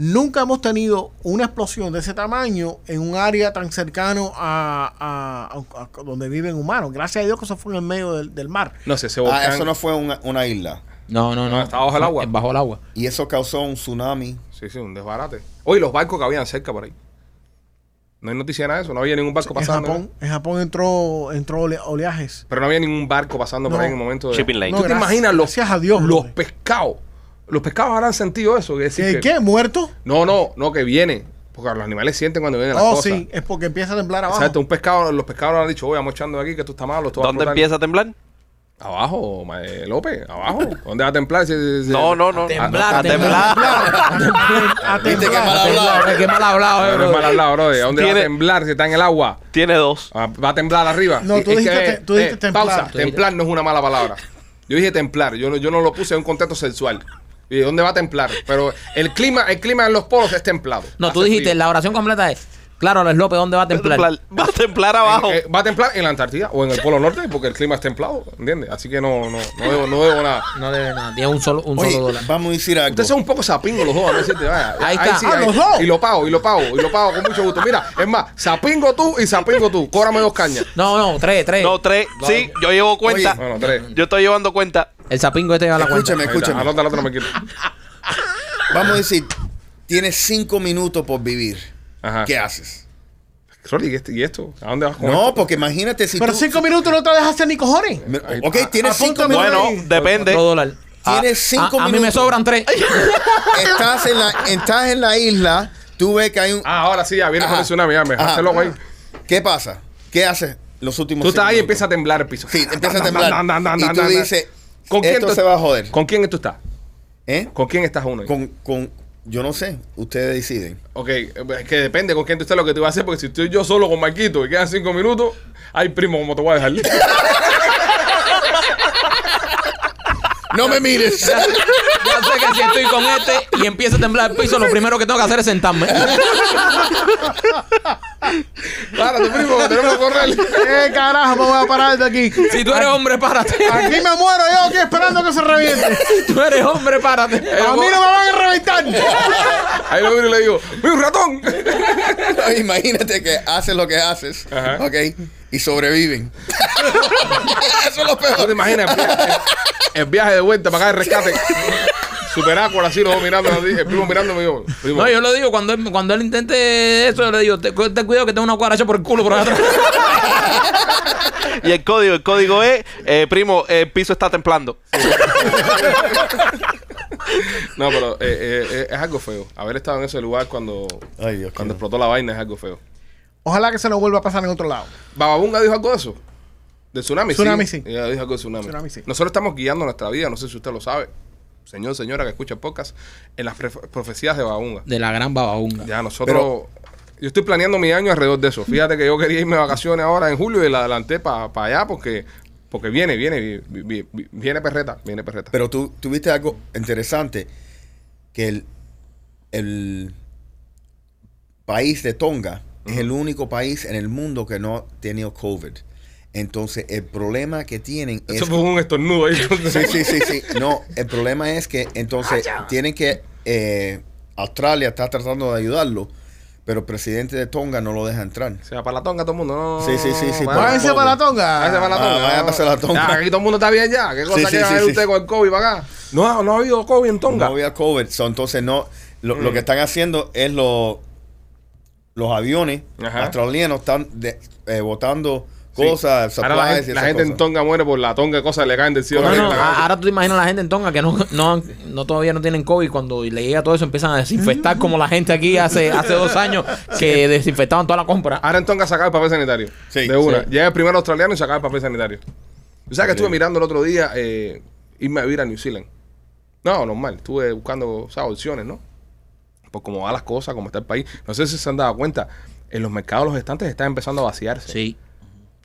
Nunca hemos tenido una explosión de ese tamaño en un área tan cercano a, a- a- a donde viven humanos. Gracias a Dios que eso fue en el medio del, del mar. No sé, ese Ah, volcán. eso no fue una, una isla. No, no, no. Ah, está bajo el agua. Bajo el agua. Y eso causó un tsunami. Sí, sí, un desbarate. Oye, los barcos que habían cerca por ahí. No hay noticia de nada de eso, no había ningún barco En pasando. Japón, en Japón entró, entró ole- oleajes. Pero no había ningún barco pasando por No. ahí en un momento de... Shipping lane. ¿Tú No, te gracias- imaginas los, gracias a Dios, los brother. pescados? Los pescados habrán sentido eso. que decir que- ¿Qué? ¿Qué? ¿Muerto? No, no, no, que viene. Porque los animales sienten cuando vienen las Oh, cosas. sí, es porque empieza a temblar abajo. Exacto, un pescado, los pescadores han dicho, oye, vamos echando de aquí que tú estás malo. Tú vas a ¿Dónde explotar". empieza a temblar? Abajo, ma- eh, López, abajo. ¿Dónde va a templar? Si- si- si- No, no, no. temblar, A temblar. A Viste que mal temblar. hablado. Qué mal hablado, eh, No, no es brother. mal hablado, brother. ¿A ¿Dónde va Tiene- a temblar si está en el agua? Tiene dos. Ah, ¿Va a temblar arriba? No, Es- tú es dijiste que, eh, te- tú dijiste templar. Pausa, Tú templar no es una mala palabra. Yo dije templar, yo no, yo no lo puse en un contexto sexual. ¿Y dónde va a templar? Pero el clima, el clima en los polos es templado. No, tú Hace dijiste, frío. la oración completa es, claro, Alex López, ¿dónde va a Va a templar? temblar- Va a temblar abajo. Eh, va a templar en la Antártida o en el Polo Norte porque el clima es templado, ¿entiendes? Así que no, no, no, debo, no debo nada. No debe nada, tiene un solo, un Oye, solo dólar. vamos a decir algo. Ustedes son un poco sapingos los dos, a decirte, vaya. Ahí está. Ah, los dos. Y lo pago, y lo pago, y lo pago con mucho gusto. Mira, es más, sapingo tú y sapingo tú. Córame dos cañas. No, no, tres, eh, tres. No, tres. Sí, yo llevo cuenta. Bueno, tres. Yo estoy llevando cuenta. El sapingo este lleva la cuenta. Escúchame, Ahí está, escúchame. Anota la otra, me quito. Vamos a decir, tienes cinco minutos por vivir. Ajá. ¿Qué haces? Sorry, ¿y este- ¿y esto? ¿A dónde vas con No, esto? porque imagínate si Pero tú- cinco minutos no te dejas hacer ni cojones. Me- Ok, tienes cinco Apúntame minutos. Bueno, ahí. depende. Otro dólar. Tienes A- cinco a, a mí me minutos. sobran tres. Estás en, la, estás en la isla, tú ves que hay un... Ah, ahora sí, ya viene Ajá. con el tsunami, ya me Ajá. dejaste loco ahí. ¿Qué pasa? ¿Qué haces los últimos Tú estás cinco ahí y minutos? empieza a temblar el piso. Sí, empieza a temblar. Na, na, na, na, y tú na, na. dices, ¿Con quién esto tú- se va a joder. ¿Con quién tú estás? ¿Eh? ¿Con quién estás uno? ahí? Con, con, yo no sé, ustedes deciden. Ok, es que depende con quién tú estás lo que te vas a hacer, porque si estoy yo solo con Marquito y quedan cinco minutos, ay primo, ¿cómo te voy a dejar? No me mires. Ya sé que si estoy con este y empieza a temblar el piso, lo primero que tengo que hacer es sentarme. Claro, tu primo, que tenemos que correr. Eh, carajo, me voy a parar de aquí. Si tú eres hombre, párate. Aquí me muero yo aquí esperando que se reviente. Si tú eres hombre, párate. Eh, A mí no me van a reventar. Ahí lo miro y le digo, ¡mi un ratón! Imagínate que haces lo que haces, Ajá. ¿ok? Y sobreviven. Eso es lo ¿Tú te peor. imaginas el viaje, el viaje de vuelta para acá de rescate? Superáculo así, los dos mirando, así, el primo mirándome y yo. Primo, No, yo lo digo, cuando él, cuando él intente eso, yo le digo, te, ten cuidado que tengo una cucaracha por el culo por allá atrás. Y el código, el código es, eh, primo, el piso está templando. No, pero eh, eh, eh, es algo feo. Haber estado en ese lugar cuando, Ay, Dios cuando mío. explotó la vaina es algo feo. Ojalá que se nos vuelva a pasar en otro lado. ¿Bababunga dijo algo de eso? ¿De tsunami? Tsunami, sí. Ella dijo algo de tsunami. Tsunami, sí. Nosotros estamos guiando nuestra vida, no sé si usted lo sabe, señor, señora que escucha podcast, en las pre- profecías de Bababunga. De la gran babaunga. Ya, nosotros... yo estoy planeando mi año alrededor de eso. Fíjate que yo quería irme de vacaciones ahora en julio y la adelanté para allá porque... Porque viene, viene, vi- vi- vi- viene perreta, viene perreta. Pero tú tuviste algo interesante, que el, el país de Tonga es el único país en el mundo que no ha tenido COVID. Entonces, el problema que tienen eso es... fue un estornudo ahí. Sí, sí, sí, sí. No, el problema es que entonces tienen que... eh, Australia está tratando de ayudarlo, pero el presidente de Tonga no lo deja entrar. O sea, para la tonga todo el mundo. No, Sí, sí, sí, sí, Bueno, para la Váyanse pobre. para la Váyase para tonga. la Ah, tonga. vaya a pasar la tonga. Ya, aquí todo el mundo está bien ya. ¿Qué cosa Sí, quiere sí, sí, hacer sí. usted con el COVID para acá? No, no ha habido COVID en tonga. Mm. No había COVID. So, entonces, no. Lo, lo que están haciendo es lo- los aviones Ajá. australianos están de- eh, botando cosas, Ahora la supplies y gente, la esas gente en cosas. tonga muere por la tonga, cosas que le caen del cielo. No, a la no, gente. a- ahora tú te imaginas la gente en Tonga que no, no, no todavía no tienen COVID. Cuando le llega todo eso, empiezan a desinfectar como la gente aquí hace, hace dos años que desinfectaban toda la compra. Ahora en tonga se acaba el papel sanitario. Sí, de una. sí. Llega el primero australiano y se acaba el papel sanitario. O sea que estuve mirando el otro día eh, irme a vivir a New Zealand. No, normal. Estuve Pues buscando o sea, opciones, ¿no? Por cómo van las cosas, cómo está el país. No sé si se han dado cuenta. en los mercados los estantes están empezando a vaciarse. Sí.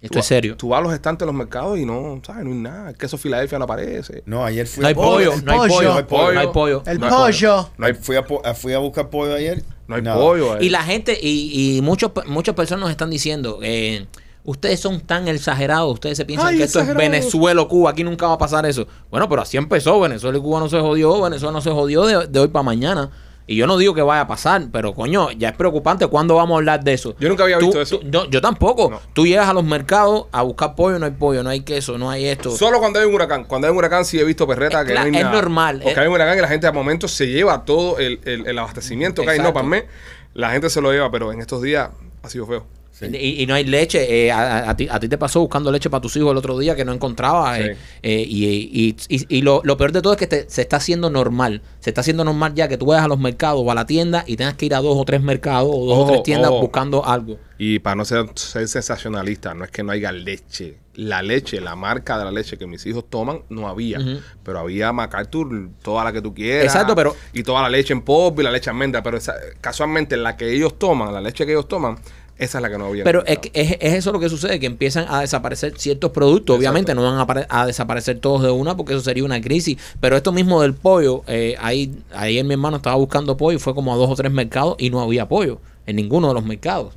Esto Tú es va- serio. Tú vas a los estantes de los mercados y no, ¿sabes? No hay nada. El queso Filadelfia no aparece. No, ayer fui No hay a pollo, el no hay pollo. pollo, no hay pollo. No hay pollo. El No hay pollo. No hay, Fui a, po- a- fui a buscar pollo ayer. no hay Nada. pollo. eh. Y la gente, y, y muchos, muchas personas nos están diciendo, eh, ustedes son tan exagerados, ustedes se piensan Ay, que esto es exagerados. Venezuela o Cuba, aquí nunca va a pasar eso. Bueno, pero así empezó, Venezuela y Cuba no se jodió, Venezuela no se jodió de, de hoy para mañana. Y yo no digo que vaya a pasar, pero coño, ya es preocupante cuándo vamos a hablar de eso. Yo nunca había Tú- visto eso. tú- no, yo tampoco. No. Tú llegas a los mercados a buscar pollo, no hay pollo, no hay queso, no hay esto. Solo cuando hay un huracán. Cuando hay un huracán sí he visto perreta Es que no hay cla- es nada. normal, Porque es- hay un huracán y la gente a momentos se lleva todo el, el- el abastecimiento que hay. No, Exacto. para mí, la gente se lo lleva, pero en estos días ha sido feo. Y, y no hay leche. eh, a, a- a ti, a ti te pasó buscando leche para tus hijos el otro día que no encontrabas. eh, Sí. eh, y y- y- y lo, lo peor de todo es que te- se está haciendo normal. Se está haciendo normal ya que tú vayas a los mercados o a la tienda y tengas que ir a dos o tres mercados o dos Ojo, o tres tiendas ojo. buscando algo. Y para no ser, ser sensacionalista, no es que no haya leche. La leche, la marca de la leche que mis hijos toman, no había. Ujú. Pero había MacArthur, toda la que tú quieras. Exacto, pero- Y toda la leche en pop y la leche almendra. Pero esa- casualmente la que ellos toman, la leche que ellos toman, esa es la que no había. Pero es, que- es, es eso lo que sucede, que empiezan a desaparecer ciertos productos. Obviamente no van a, apare- a desaparecer todos de una porque eso sería una crisis. Pero esto mismo del pollo, eh, ahí, ayer mi hermano estaba buscando pollo y fue como a dos o tres mercados y no había pollo en ninguno de los mercados.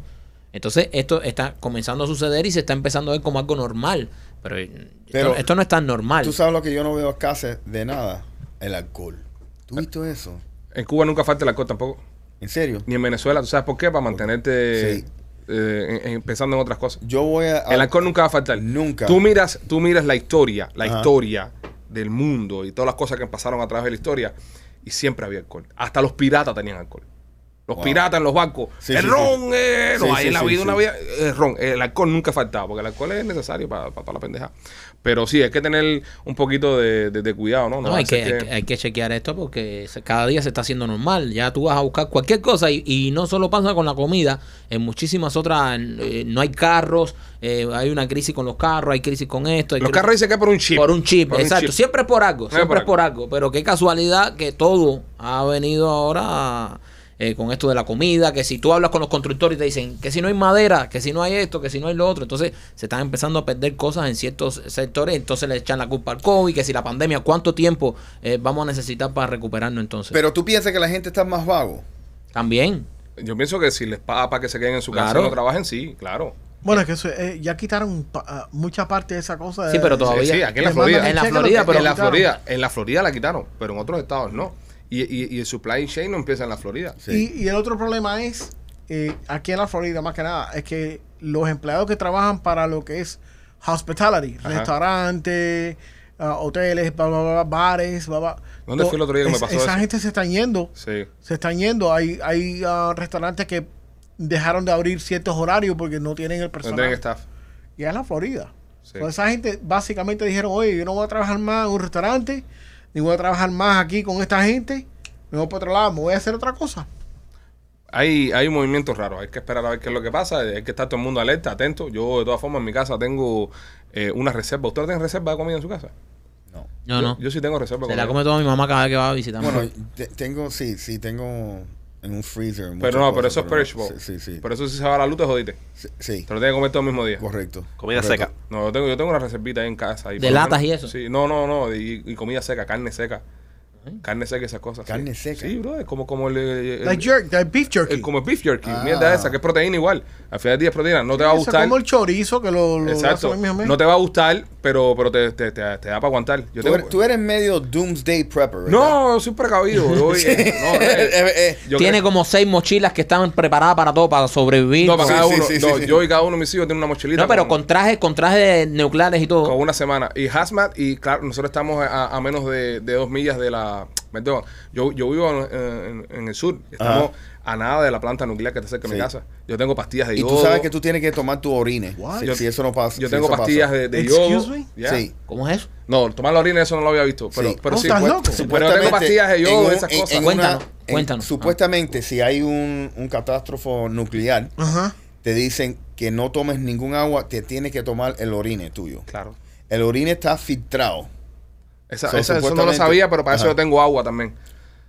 Entonces esto está comenzando a suceder y se está empezando a ver como algo normal. Pero, eh, esto- Pero- esto, no es tan normal. Tú sabes lo que yo no veo escasez de nada. El alcohol. ¿Tú visto eso? En Cuba nunca falta el alcohol tampoco. ¿En serio? Ni en Venezuela, ¿tú sabes por qué? Para mantenerte Sí. eh, en- en- pensando en otras cosas. Yo voy a... El alcohol nunca va a faltar. Nunca. Tú miras, tú miras la historia, la Ajá. historia del mundo y todas las cosas que pasaron a través de la historia y siempre había alcohol. Hasta los piratas tenían alcohol. Los Wow. piratas en los barcos. Sí, el sí, ron, sí. eh, no, Sí, ahí sí, en la sí, vida sí. una vida. eh, ron, el alcohol nunca faltaba, porque el alcohol es necesario para, para, la pendeja. Pero sí, hay que tener un poquito de, de- de cuidado, ¿no? No, hay, hacer que, hay que- hay que chequear esto porque se- cada día se está haciendo normal. Ya tú vas a buscar cualquier cosa y, y no solo pasa con la comida, en muchísimas otras eh, no hay carros, eh, hay una crisis con los carros, hay crisis con esto. hay Los crisis- carros dicen que es por un chip. Por un chip, Por un exacto. chip. Siempre es por algo, Siempre siempre por es por algo. Pero qué casualidad que todo ha venido ahora eh, con esto de la comida, que si tú hablas con los constructores y te dicen que si no hay madera, que si no hay esto, que si no hay lo otro, entonces se están empezando a perder cosas en ciertos sectores, entonces le echan la culpa al COVID, que si la pandemia, ¿cuánto tiempo eh, vamos a necesitar para recuperarnos entonces? Pero tú piensas que la gente está más vago. También. Yo pienso que si les paga para que se queden en su casa Claro. y no trabajen, sí, claro. Bueno, es que eso, eh, ya quitaron pa- ah, mucha parte de esa cosa. de- Sí, pero todavía. Sí, sí, aquí en la Les mandan Florida. el En la cheque lo Florida, que- pero- en la quitaron. Florida, en la Florida la quitaron, pero en otros estados no. Y, y, y el supply chain no empieza en la Florida. Sí. Y, y el otro problema es, eh, aquí en la Florida más que nada, es que los empleados que trabajan para lo que es hospitality, Ajá. restaurantes, ah, hoteles, bla, bla, bla, bares, bla, bla. ¿Dónde To- fui el otro día que me es- pasó Esa eso? gente se está yendo, Sí. se están yendo. Hay, hay ah, restaurantes que dejaron de abrir ciertos horarios porque no tienen el No personal. tienen staff. Y es la Florida. Sí. Pues esa gente básicamente dijeron, oye, yo no voy a trabajar más en un restaurante, ni voy a trabajar más aquí con esta gente, me voy para otro lado, me voy a hacer otra cosa. Hay, hay movimientos raros, hay que esperar a ver qué es lo que pasa, hay que estar todo el mundo alerta, atento. Yo, de todas formas, en mi casa tengo eh, una reserva. ¿Ustedes tienen reserva de comida en su casa? No. No, Yo- no. Yo, sí tengo reserva de se la comida. come toda mi mamá cada vez que va a visitarme. Bueno, te- tengo, sí, sí, tengo en un freezer. muchas Pero no, pero cosas, eso es perishable. Sí, sí, sí. Por eso si se va la luz te jodiste. Sí, sí, Te lo tienes que comer todo el mismo día. correcto. Comida correcto. seca. No, yo tengo, yo tengo una reservita ahí en casa. Y ¿De por lo latas menos- y eso? Sí, no, no, no. Y, y comida seca, carne seca. Carne seca y esas cosas. sí. Carne seca. Sí, bro. Es como, como el, el- Like jerk, like beef jerky. el- como el beef jerky. Ah. Mierda esa, que es proteína igual. Al final del día es proteína. No te va a Eso es gustar. como el chorizo que lo, lo Exacto. hacen en mis No te va a gustar, pero, pero te, te, te, te da para aguantar. Yo Tú tengo- eres, tú eres medio doomsday prepper, ¿verdad? no, yo soy precavido. Yo, voy- no, Eh, eh, eh, eh, yo Tiene creo- como seis mochilas que están preparadas para todo, para sobrevivir. No, para Sí, cada sí, uno. sí, no, sí, sí. Yo y cada uno de mis hijos tiene una mochilita. no, pero con trajes, con trajes nucleares y todo. Con una semana. Y Hazmat, y claro, nosotros estamos a, a menos de, de dos millas de la. Perdón, yo, yo vivo en, en- en el sur. Estamos a nada de la planta nuclear que está cerca de mi Sí. casa. eh, Yo tengo pastillas de Y yodo. tú sabes que tú tienes que tomar tu orine. What? Si, Yo- si eso no pasa. Yo si tengo eso pasa. pastillas de, de yodo. Excuse me? Yeah. Sí. ¿Cómo es eso? No, tomar la orina, eso no lo había visto. Pero, Sí. pero Oh, sí, ¿estás pues, loco? pero tengo pastillas de yodo, en un- esas en- cosas. en Cuéntanos, una- en- cuéntanos. Supuestamente, si hay un, un catástrofe nuclear, Ajá. te dicen que no tomes ningún agua, te tienes que tomar el orine tuyo. claro. El orine está filtrado. Esa, So, esa- eso no lo supuestamente- sabía, pero para eso Ajá. yo tengo agua también.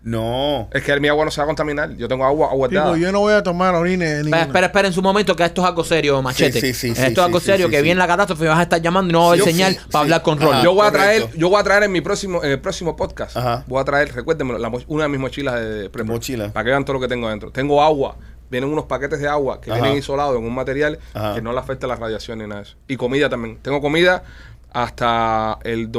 No. Es que mi agua no se va a contaminar. Yo tengo agua Tipo, guardada. yo no voy a tomar orines de Espera, ninguna. espera, espera en su momento que esto es algo serio, machete. Sí, sí, sí, esto sí, es algo sí, serio, sí, que sí. viene la catástrofe vas a estar llamando y no va a haber Yo sí, señal sí. para hablar con Rolly. Ajá. yo voy a traer, Ah, correcto. yo voy a traer en mi próximo, en el próximo podcast, Ajá. voy a traer, recuérdenmelo, la mo- una de mis mochilas de Prepper. Mochila. Para que vean todo lo que tengo adentro. Tengo agua. Vienen unos paquetes de agua que Ajá. vienen isolados en un material Ajá. que no le afecta la radiación ni nada de eso. Y comida también. Tengo comida hasta el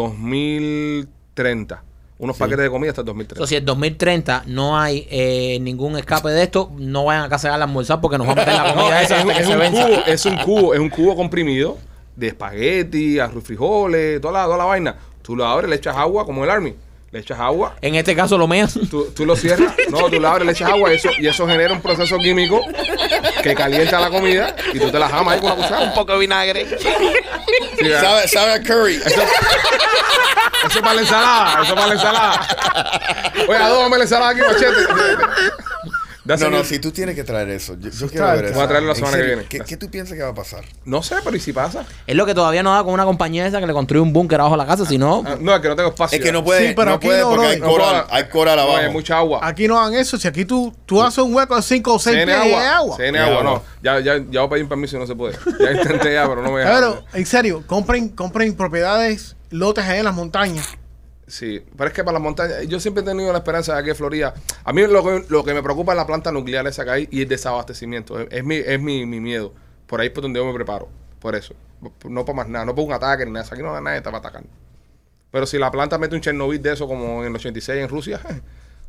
2030. Unos paquetes de comida hasta el 2030. Entonces, si en 2030 no hay eh, ningún escape de esto, no vayan a casa a almorzar porque nos va a meter la No, comida es, esa hasta es que se un venza. cubo, es un cubo, es un cubo comprimido de espagueti, arroz, frijoles, toda la, toda la vaina. Tú lo abres, le echas agua como el army, le echas agua, En este caso lo meas. tú, tú lo cierras, no, tú lo abres, le echas agua y eso, y eso genera un proceso químico que calienta la comida y tú te la jamas ahí con la Un cuchara. poco de vinagre. Sí, eso, Sabe, sabe a curry. eso es para la ensalada, eso es para la ensalada. Oye, adóbame la ensalada aquí, machete. No, Dáselo. no, si tú tienes que traer eso. Yo, yo quiero trae. ver eso. Voy a traerlo la En semana que serio, viene. ¿Qué, qué tú piensas que va a pasar? No sé, pero ¿y si pasa? Es lo que todavía no da con una compañía esa que le construye un búnker abajo de la casa, si no. Ah, No, es que no tengo espacio. Es que no puede, Sí, pero no aquí puede no, porque bro. hay No puedo- coral, hay coral No, abajo. hay mucha agua. Aquí no dan eso. Si aquí tú, tú haces un hueco de 5 o 6 pies Tiene de agua. agua. Tiene agua, Agua. no. Ya, ya, ya voy a pedir permiso y no se puede. Ya intenté ya, pero no me dejaron. Claro, en serio, compren, compren propiedades, lotes ahí en las montañas. Sí, pero es que para las montañas, yo siempre he tenido la esperanza de que Florida. A mí lo que, lo que me preocupa es la planta nuclear esa que hay y el desabastecimiento. Es, es mi, es mi, mi miedo. Por ahí es por donde yo me preparo. Por eso. No para más nada, no por un ataque ni nada. Aquí no nadie está para atacar. Pero si la planta mete un Chernobyl de eso como en el 86 en Rusia,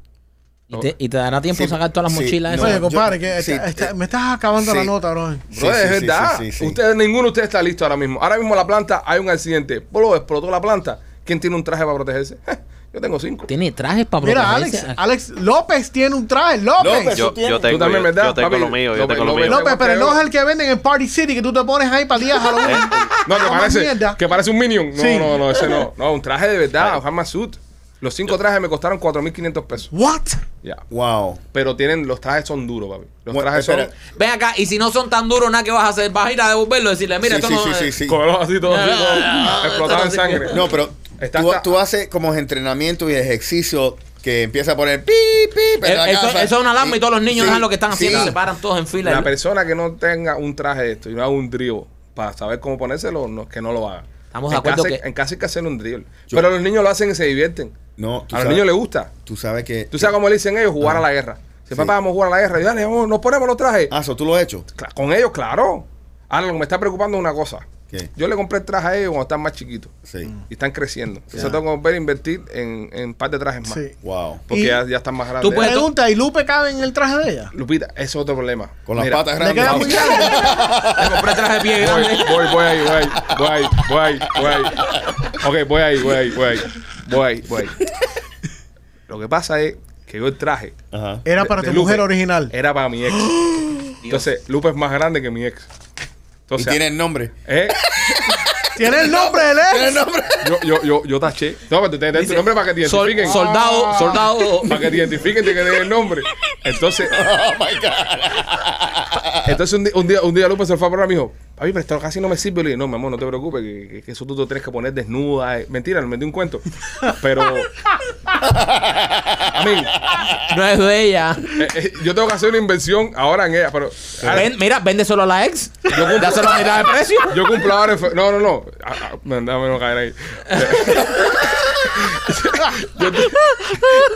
Y te, y te dará tiempo Sí, sacar todas las sí, mochilas no, esas. Oye, compadre, yo- que sí, esta- esta- eh, me estás acabando la sí. nota, bro. Sí, Bro, es sí, sí, verdad. sí, sí. Ustedes, ninguno de ustedes está listo ahora mismo. Ahora mismo la planta, hay un accidente. Polo explotó la planta. ¿Quién tiene un traje para protegerse? Yo tengo cinco. Tiene trajes para Mira, protegerse. Alex, ah. Alex López tiene un traje, López. López. Yo, yo tengo, también, yo, ¿verdad, yo tengo papi? lo mío, yo Lo- tengo lo lo- mío. ¿Eh? lo- López, pero no creo. es el que venden en Party City que tú te pones ahí para días Halloween. No, que Comas parece, Ah, mierda. que parece un Minion. No, Sí. no, no, ese no. No, un traje de verdad, un Hammer Suit. Los cinco trajes me costaron 4.500 pesos. What? Ya. Wow. Pero tienen, los trajes son duros, papi. Los Bueno, trajes espera. son. Ven acá, y si no son tan duros, nada que vas a hacer, vas a ir a devolverlo y decirle, mira, sí, esto sí, no. sí, sí, eh, sí. Con los ojos así, todos así, No, todos no, no, no, explotados en esto no sangre. sirve. No, pero Está- tú, está- tú haces como entrenamiento y ejercicio que empieza a poner pi, pi, pero en la Eh, Eso, casa- eso es una alarma y todos los niños sí, dejan lo que están haciendo, sí. se paran todos en fila. La persona que no tenga un traje de esto y no haga un dribble para saber cómo ponérselo, no, que no lo haga. Estamos en de acuerdo casa- que- En casa hay que hacer un dribble. Pero los niños lo hacen y se divierten. No, tú a los sabes- niños les gusta. Tú sabes que. Tú sabes cómo le dicen ellos, jugar a la guerra. Si Sí. papá, vamos a jugar a la guerra. Y dale, vamos, nos ponemos los trajes. Ah, eso tú lo has hecho. Cla- Con ellos, claro. Ahora, lo que me está preocupando es una cosa. ¿Qué? Yo le compré el traje a ellos cuando están más chiquitos. Sí. Y están creciendo. Entonces tengo que volver a invertir en, en un par de trajes más. Sí. Wow. Porque Y- ya, ya están más grandes. pues Tú puedes- Pregunta, ¿y Lupe cabe en el traje de ella? Lupita, eso es otro problema. Con las Mira, patas Le grandes. queda muy grande. Le compré traje de pie Voy, grande. voy, voy ahí, voy ahí, voy ahí, voy ahí, voy ahí. Ok, voy ahí, voy ahí, voy ahí. Voy ahí, voy ahí. Lo que pasa es que yo el traje Ajá. Era de- para de tu Lupe Eh, mujer original. era para mi ex. Entonces, Lupe es más grande que mi ex. Y Entonces, tiene el nombre. ¿eh? Tiene el nombre de él. Tiene el nombre. yo, yo, yo, yo taché. No, pero te- te- te- tu nombre para que te Sol- identifiquen. Ah. soldado, soldado. Para que te identifiquen, te quede el nombre. Entonces, Oh my God. entonces un, di- un día, un día Lupe se fue a probar y me dijo, papi, pero esto casi no me sirve. Le dije, no, mi amor, no te preocupes, que, que- que eso tú te tienes que poner desnuda. eh. Mentira, le metí un cuento. Pero, a mí, No es de ella. eh, eh, yo tengo que hacer una inversión ahora en ella, pero ahora- Ven- mira, vende solo a la ex. Dáselo a mitad de precio. yo cumplo ahora en fe- No, no, no. Ah, ah, Dame no caer ahí. Yo te-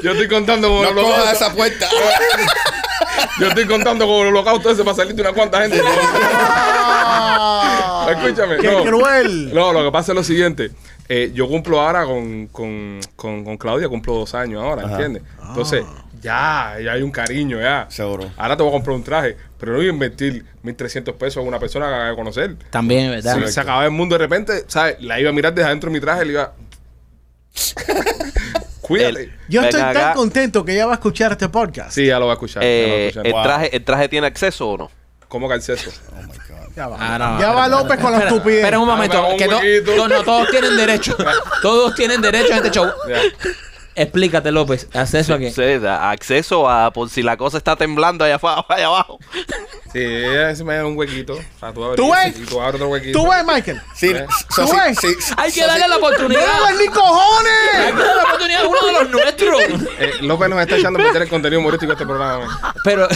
yo estoy contando como No los cojas esa puerta. Yo estoy contando con el holocausto ese para salir de una cuanta gente. Escúchame. ¡Qué no. cruel! No, lo que pasa es lo siguiente. Eh, yo cumplo ahora con, con, con, con Claudia, cumplo dos años ahora, ¿entiendes? Entonces, ya, ya hay un cariño, ya. Seguro. Ahora te voy a comprar un traje, pero no voy a invertir 1.300 pesos a una persona que acabo de conocer. También, ¿verdad? Si se acababa el mundo de repente, ¿sabes? La iba a mirar desde adentro de mi traje, le iba. Cuídate. El- Yo Ven estoy tan acá. contento que ella va a escuchar este podcast. Sí, ya lo va a escuchar. ya lo va a Eh, escuchar. el, Wow. traje, ¿El traje tiene acceso o no? ¿Cómo calceso? Ya va. Ah, no, ya espera, va López con la espera, estupidez. Espera un Dame momento. un que to- huequito. no, no, todos tienen derecho. todos tienen derecho a este show. Ya. Explícate, López. ¿Haces eso aquí? Sí, da acceso a por si la cosa está temblando allá, afa- allá abajo. Sí, ella se me da un huequito. O sea, tú, abres, ¿Tú ves? Y tú abres otro huequito. ¿Tú ves, Michael? Sí, so, sí, Güey. sí, sí, Hay que so, darle la ¡No oportunidad. ves ni Hay que cojones! darle la oportunidad a uno de los nuestros. Eh, López nos está echando a perder el contenido humorístico de este programa. man. Pero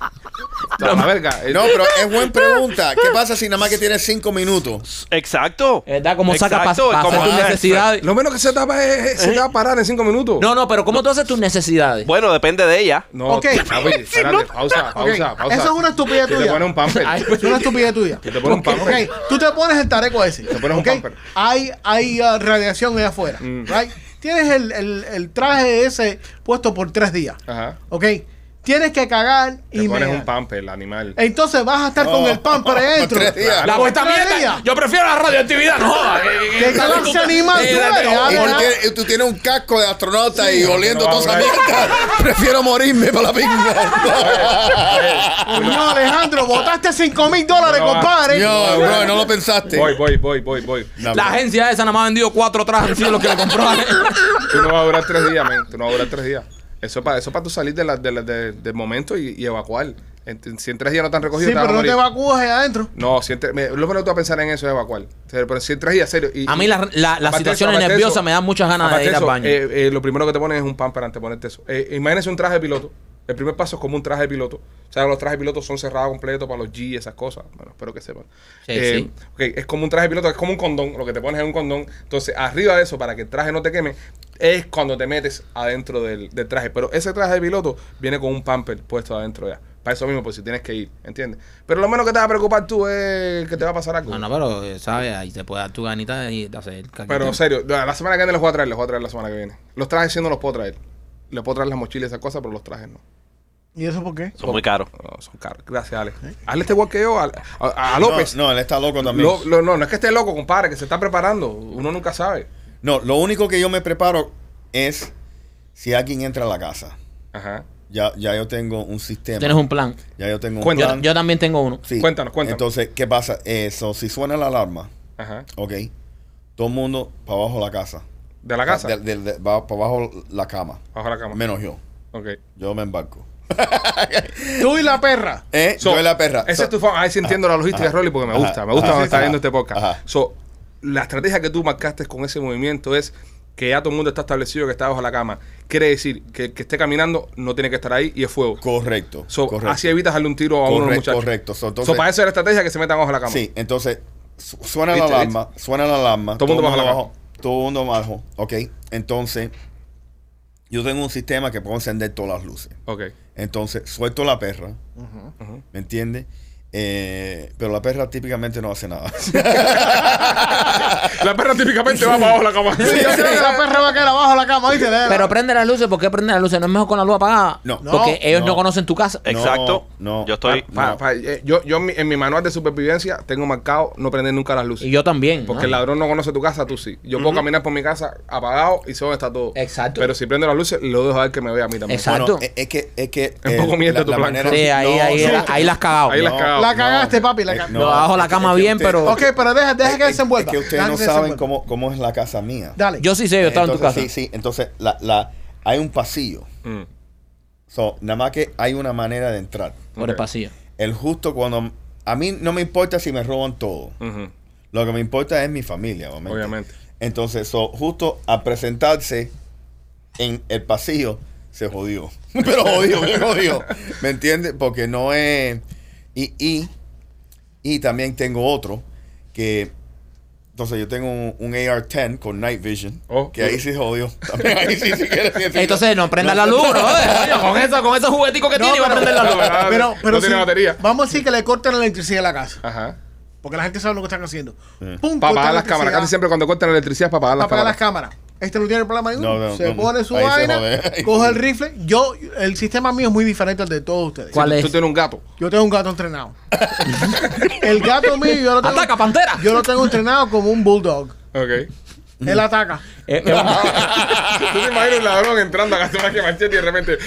O sea, la verga. eh, No, pero es buena pregunta. ¿Qué pasa si nada más que tienes cinco minutos? Exacto. Es verdad, como saca Exacto, pa- pa como- hacer tus ah, necesidades. Lo menos que se tapa es, es- eh, se te va a parar en cinco minutos. No, no, pero ¿cómo tú haces tus necesidades? Bueno, depende de ella. No, Ok. papi, espérate, pausa, pausa, Ok, pausa. Eso es una estupidez Que te tuya. pone un pamper. Ay, Es una estupidez tuya. Que te pone un pamper. Ok, tú te pones el tareco ese. Te pones un pamper. Hay, hay ah, radiación allá afuera. right? Tienes el, el- el traje ese puesto por tres días. Ajá. Ok. Tienes que cagar Te y Eh, pones mear. un pamper, el animal. Entonces vas a estar con Oh, el pamper ahí por adentro. tres días. La Por puesta tres mierda. días. Yo prefiero la radioactividad, no jodas. Que clase animal tú Eh, eres, no, Y Ale, tú, ah. tienes, y tú tienes un casco de astronauta y no, oliendo no, toda esa no. mierda. Prefiero morirme para la pinga. No, Alejandro, botaste 5 mil dólares, No, compadre. Yo, bro, no lo pensaste. Voy, voy, voy, voy, voy. No, La bro. agencia esa nada más ha vendido cuatro trajes de los que le compró. Tú no vas a durar tres días, men. Tú no vas a durar tres días. Eso es para eso es para tú salir de la- de la- de- del momento y, y evacuar. En- si en tres días no te han recogido, Sí, te vas pero a no morir. te evacúas ahí adentro. No, si en tres- me- lo menos que tú vas a pensar en eso es evacuar. O sea, Pero si en tres días, serio. y- A mí y- la- la- las aparte situaciones aparte nerviosas me dan muchas ganas de aparte ir al eso, baño. eh, eh, lo primero que te ponen es un pamper antes de ponerte eso. Eh, imagínese un traje de piloto. El primer paso es como un traje de piloto. O sea, los trajes de piloto son cerrados completos para los G y esas cosas. Bueno, espero que sepan. Sí, Eh, sí. ok, es como un traje de piloto, es como un condón. Lo que te pones es un condón. Entonces, arriba de eso, para que el traje no te queme, es cuando te metes adentro del, del traje. Pero ese traje de piloto viene con un pamper puesto adentro ya. Para eso mismo, por si tienes que ir, ¿entiendes? Pero lo menos que te va a preocupar tú es que te va a pasar algo. No, no, pero, eh, ¿sabes? Ahí te puede dar tu ganita y hacer caquita. Pero en serio, la la semana que viene los voy a traer, los voy a traer la semana que viene. Los trajes sí no los puedo traer. Les puedo traer las mochilas y esas cosas, pero los trajes no. ¿Y eso por qué? Son muy caros. No, son caros. Gracias, Ale. Ale este igual que yo, al- a, a López. ¿Eh? No, no, él está loco también. Lo- lo- no, no es que esté loco, compadre, que se está preparando. Uno nunca sabe. No, lo único que yo me preparo es si alguien entra a la casa. Ajá. Ya, ya yo tengo un sistema. Tienes un plan. Ya yo tengo un Cuenta. Yo, plan. yo también tengo uno. Sí. Cuéntanos, cuéntanos. Entonces, ¿qué pasa? Eso, si suena la alarma, Ajá. ok, todo el mundo para abajo de la casa. De la casa. De- de- de- va para abajo la cama. Bajo la cama. Menos yo. Ok. Yo me embarco. Tú y la perra. ¿Eh? So, yo y la perra. Esa So- es tu forma. Ahí sí entiendo la logística de Rolly porque me ajá, gusta. Me gusta ajá, cuando sí, está ajá, viendo este podcast. ajá. So, la estrategia que tú marcaste con ese movimiento es que ya todo el mundo está establecido que está bajo la cama. Quiere decir que el que esté caminando no tiene que estar ahí y es fuego. Correcto. So, correcto. Así evitas darle un tiro a uno de los Correcto, muchachos. correcto. So, So, entonces- para eso es la estrategia que se metan ojos a la cama. Sí, entonces su- suena la ¿Viste, alarma, suena la alarma. Todo el mundo bajo la Todo el mundo bajo, ok. Entonces, yo tengo un sistema que puedo encender todas las luces. Ok. Entonces, suelto la perra, ¿me entiendes? Eh, pero la perra típicamente no hace nada. La perra típicamente va para abajo la cama. Yo creo que la perra va a caer abajo de la cama, ¿viste? Pero prende las luces. ¿Por qué prende las luces? ¿No es mejor con la luz apagada? No. No, Porque ellos no, no. conocen tu casa. Exacto. no. Yo estoy. Pa- pa- eh, yo yo en, mi, en mi manual de supervivencia tengo marcado no prender nunca las luces. Y yo también. Ah. porque ¿no? el ladrón no conoce tu casa, tú sí. Yo puedo caminar por mi casa apagado y sé dónde está todo. Exacto. Pero si prendo las luces, lo dejo a ver que me vea a mí también. Exacto. Bueno, es, es que es que eh, Un poco miente tu plan. Sí, ahí, No, ahí, no, ahí, las cagado. Ahí las cagado. La cagaste, papi, la eh, cagaste. Lo bajo la es que- cama es que bien, usted- pero- ok, pero deja, deja que es- desenvuelva. Es que ustedes Deja no se saben desenvuelva. cómo, cómo es la casa mía. Dale. Yo sí sé, yo estaba en tu Entonces, casa. Sí, sí. Entonces, la, la, hay un pasillo. Mm. So, nada más que hay una manera de entrar. Por el Ok. pasillo. El justo cuando... A mí no me importa si me roban todo. Ujú. Lo que me importa es mi familia, obviamente. Obviamente. Entonces, so, justo al presentarse en el pasillo, se jodió. Pero jodió, bien jodió. ¿Me entiendes? Porque no es... Y, y, y también tengo otro que... Entonces yo tengo un, un AR-10 con Night Vision. Oh. que ahí sí jodió. También ahí sí, sí quiere decir- Entonces, no prenda la luz, bro. Coño, con, eso, con esos jugueticos que tiene, va a prender la luz. Ah, Pero, pero no tiene sí, batería. Vamos a decir que le corten la electricidad a la casa. Ajá. Porque la gente sabe lo que están haciendo. Pum, Para cortan apagar la las cámaras. Casi electricidad, siempre cuando cortan la electricidad es para apagar para las apagar cámaras. las cámaras. Este no tiene problema ninguno. No, no, se no. pone su Ahí se vaina, jode. coge el rifle. Yo, el sistema mío es muy diferente al de todos ustedes. ¿Cuál? Tú cámaras. tienes un gato. Yo tengo un gato entrenado. el gato mío yo lo tengo. ¡Ataca, pantera! Yo lo tengo entrenado como un bulldog. Ok. Él ataca. Eh, eh, ¿Tú te imaginas un ladrón entrando a gastar más que machete y de repente...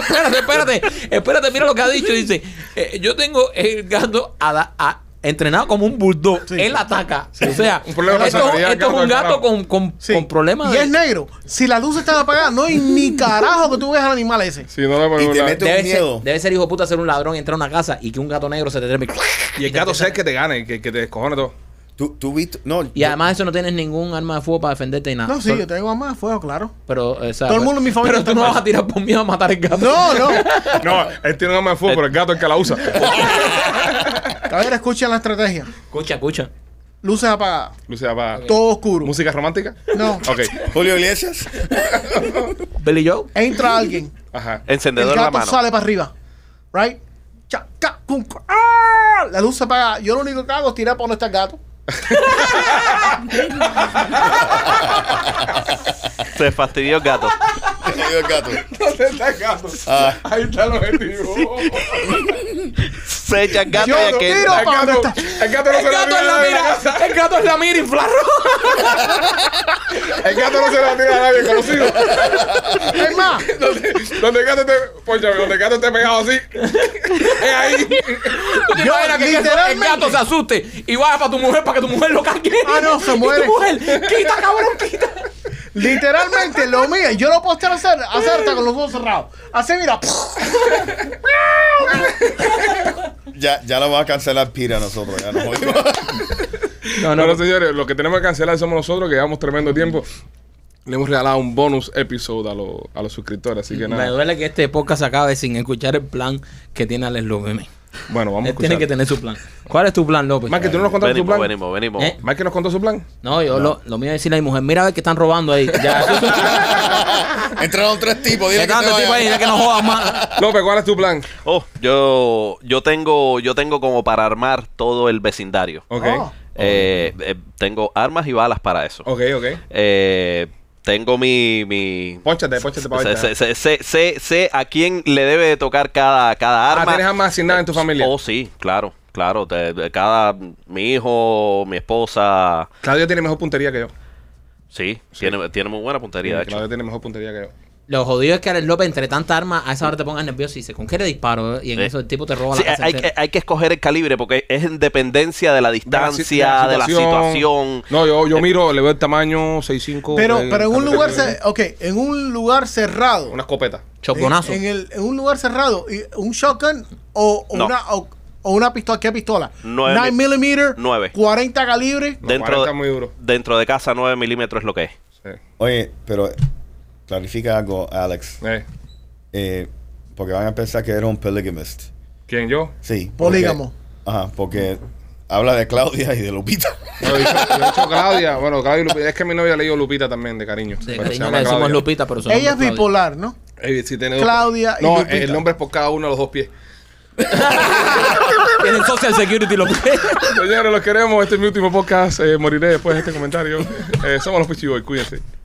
espérate, espérate. Espérate, mira lo que ha dicho. Dice, eh, yo tengo el gato a, la- a- entrenado como un bulldog. Sí. Él ataca. O sea, Un problema de esto, esto personalidad, es un claro, gato con, con, Sí. con problemas Y de- es negro. Si las luces están apagadas, no hay ni carajo que tú veas al animal ese. Sí, no, no, por Y un te lado. mete- Debe un ser, miedo. debe ser hijo de puta ser un ladrón y entrar a una casa y que un gato negro se te trepe. Y el gato sea el que te gane, que, que te descojone todo. Tú, tú viste. No, Y además eso no tienes ningún arma de fuego para defenderte y nada. No, sí, Sol- yo tengo más fuego, claro. Pero, o sea, Todo el pero- mundo en mi familia Pero está tú no mal. vas a tirar por miedo a matar al gato. No, no. No, él tiene un arma de fuego, pero el gato es el que la usa. A ver, escuchen la estrategia. Escucha, escucha. Luces apagadas. Lucia, va. Todo oscuro. ¿Música romántica? No. Ok. Julio Iglesias. Billy Joe. Entra alguien. Ajá. Encendedor en el la gato mano. sale para arriba. Right? Cha, ca, cum, cu- ¡Ah! La luz se apaga. Yo lo único que hago es tirar por donde está el gato. Se fastidió el gato. Te digo el gato. ¿Dónde está el gato? Ah. Ahí está el objetivo. Se echa el gato Yo y no aquel- tiro. El ¿Dónde gato, el gato no se la tira El gato es a la nadie en la casa. mira. El gato es la mira, inflarro. El gato no se la tira a nadie conocido. Es más, Donde, donde el gato te. Pónchame, donde el gato te pegado así. Es ahí. Yo Yo, era que el gato- el literalmente- gato se asuste y vaya para tu mujer para que tu mujer lo cargue. Ah, no, se Y tu muere. mujer, quita, cabrón, quita. literalmente lo mío. Yo lo puedo hacer, hacer, hacer hasta con los ojos cerrados. Así, mira. Ya, ya la va a cancelar Pira a nosotros. Ya nos jodimos. No, Bueno, señores, lo que tenemos que cancelar somos nosotros, que llevamos tremendo tiempo. Le hemos regalado un bonus episodio a, los- a los suscriptores, así que Me nada. duele que este podcast se acabe sin escuchar el plan que tiene Alex López. men. Bueno, vamos a Él Eh, tiene que escuchar. tener su plan. ¿Cuál es tu plan, López? Más que tú no nos contaste tu Venimos, plan. venimos, venimos. ¿Eh? Más que nos contó su plan. No, yo Lo, lo mío es decirle a mi mujer, mira a ver que están robando ahí. Ya, eso es un plan. Entraron tres tipos. Que Dile que, tanto se tipo ahí, vayan. ya que no jodas más. López, ¿cuál es tu plan? Oh, yo, yo tengo, yo tengo como para armar todo el vecindario. Ok. Oh. Eh, eh, tengo armas y balas para eso. Ok, ok. Eh, tengo mi, mi Pónchate, pónchate para sé, ahorita. sé, sé- sé- sé- sé a quién le debe de tocar cada, cada Ah, arma. tienes armas asignadas en tu familia. Oh, sí, claro, claro. de- de cada mi hijo, mi esposa. Claudio tiene mejor puntería que yo. Sí, Tiene, tiene muy buena puntería, de hecho. Claudio tiene mejor puntería que yo. Lo jodido es que Alex López, entre tanta arma, a esa hora te pongas nervioso y dice, ¿con qué le disparo? eh?" Y en Sí. eso el tipo te roba Sí, la casa hay, que, entera. hay que escoger el calibre porque es en dependencia de la distancia, de la situación. Eh, No, yo, yo miro, le veo el tamaño, 6'5". Pero, eh, pero en un también lugar, tiene ce- ok, en un lugar cerrado. Una escopeta. Choconazo. En, el, en un lugar cerrado, y un shotgun o, o No. una o, o una pistola, ¿qué pistola? Nueve mil- 9 mm, nueve. 40 calibre. No, Dentro 40 de, es muy duro. dentro de casa 9 milímetros es lo que es. Sí. Oye, pero clarifica algo, Alex. Eh, Eh, porque van a pensar que era un polygamist. ¿Quién, yo? Sí. Polígamo. porque- Ajá, porque habla de Claudia y de Lupita. Yo he dicho, yo he dicho Claudia. Bueno, Claudia y Lupita. Es que mi novia le digo Lupita también, de cariño. De Pero Pues se cariño llama le decimos Claudia. Lupita, pero su nombre Ella es Claudia. bipolar, ¿no? Eh, sí, tiene dos- Claudia y No, Lupita. el nombre es por cada uno de los dos pies. Tienen Social Security lo que Señores, los queremos. Este es mi último podcast. Eh, moriré después de este comentario. Eh, somos los Pichiboy. Cuídense.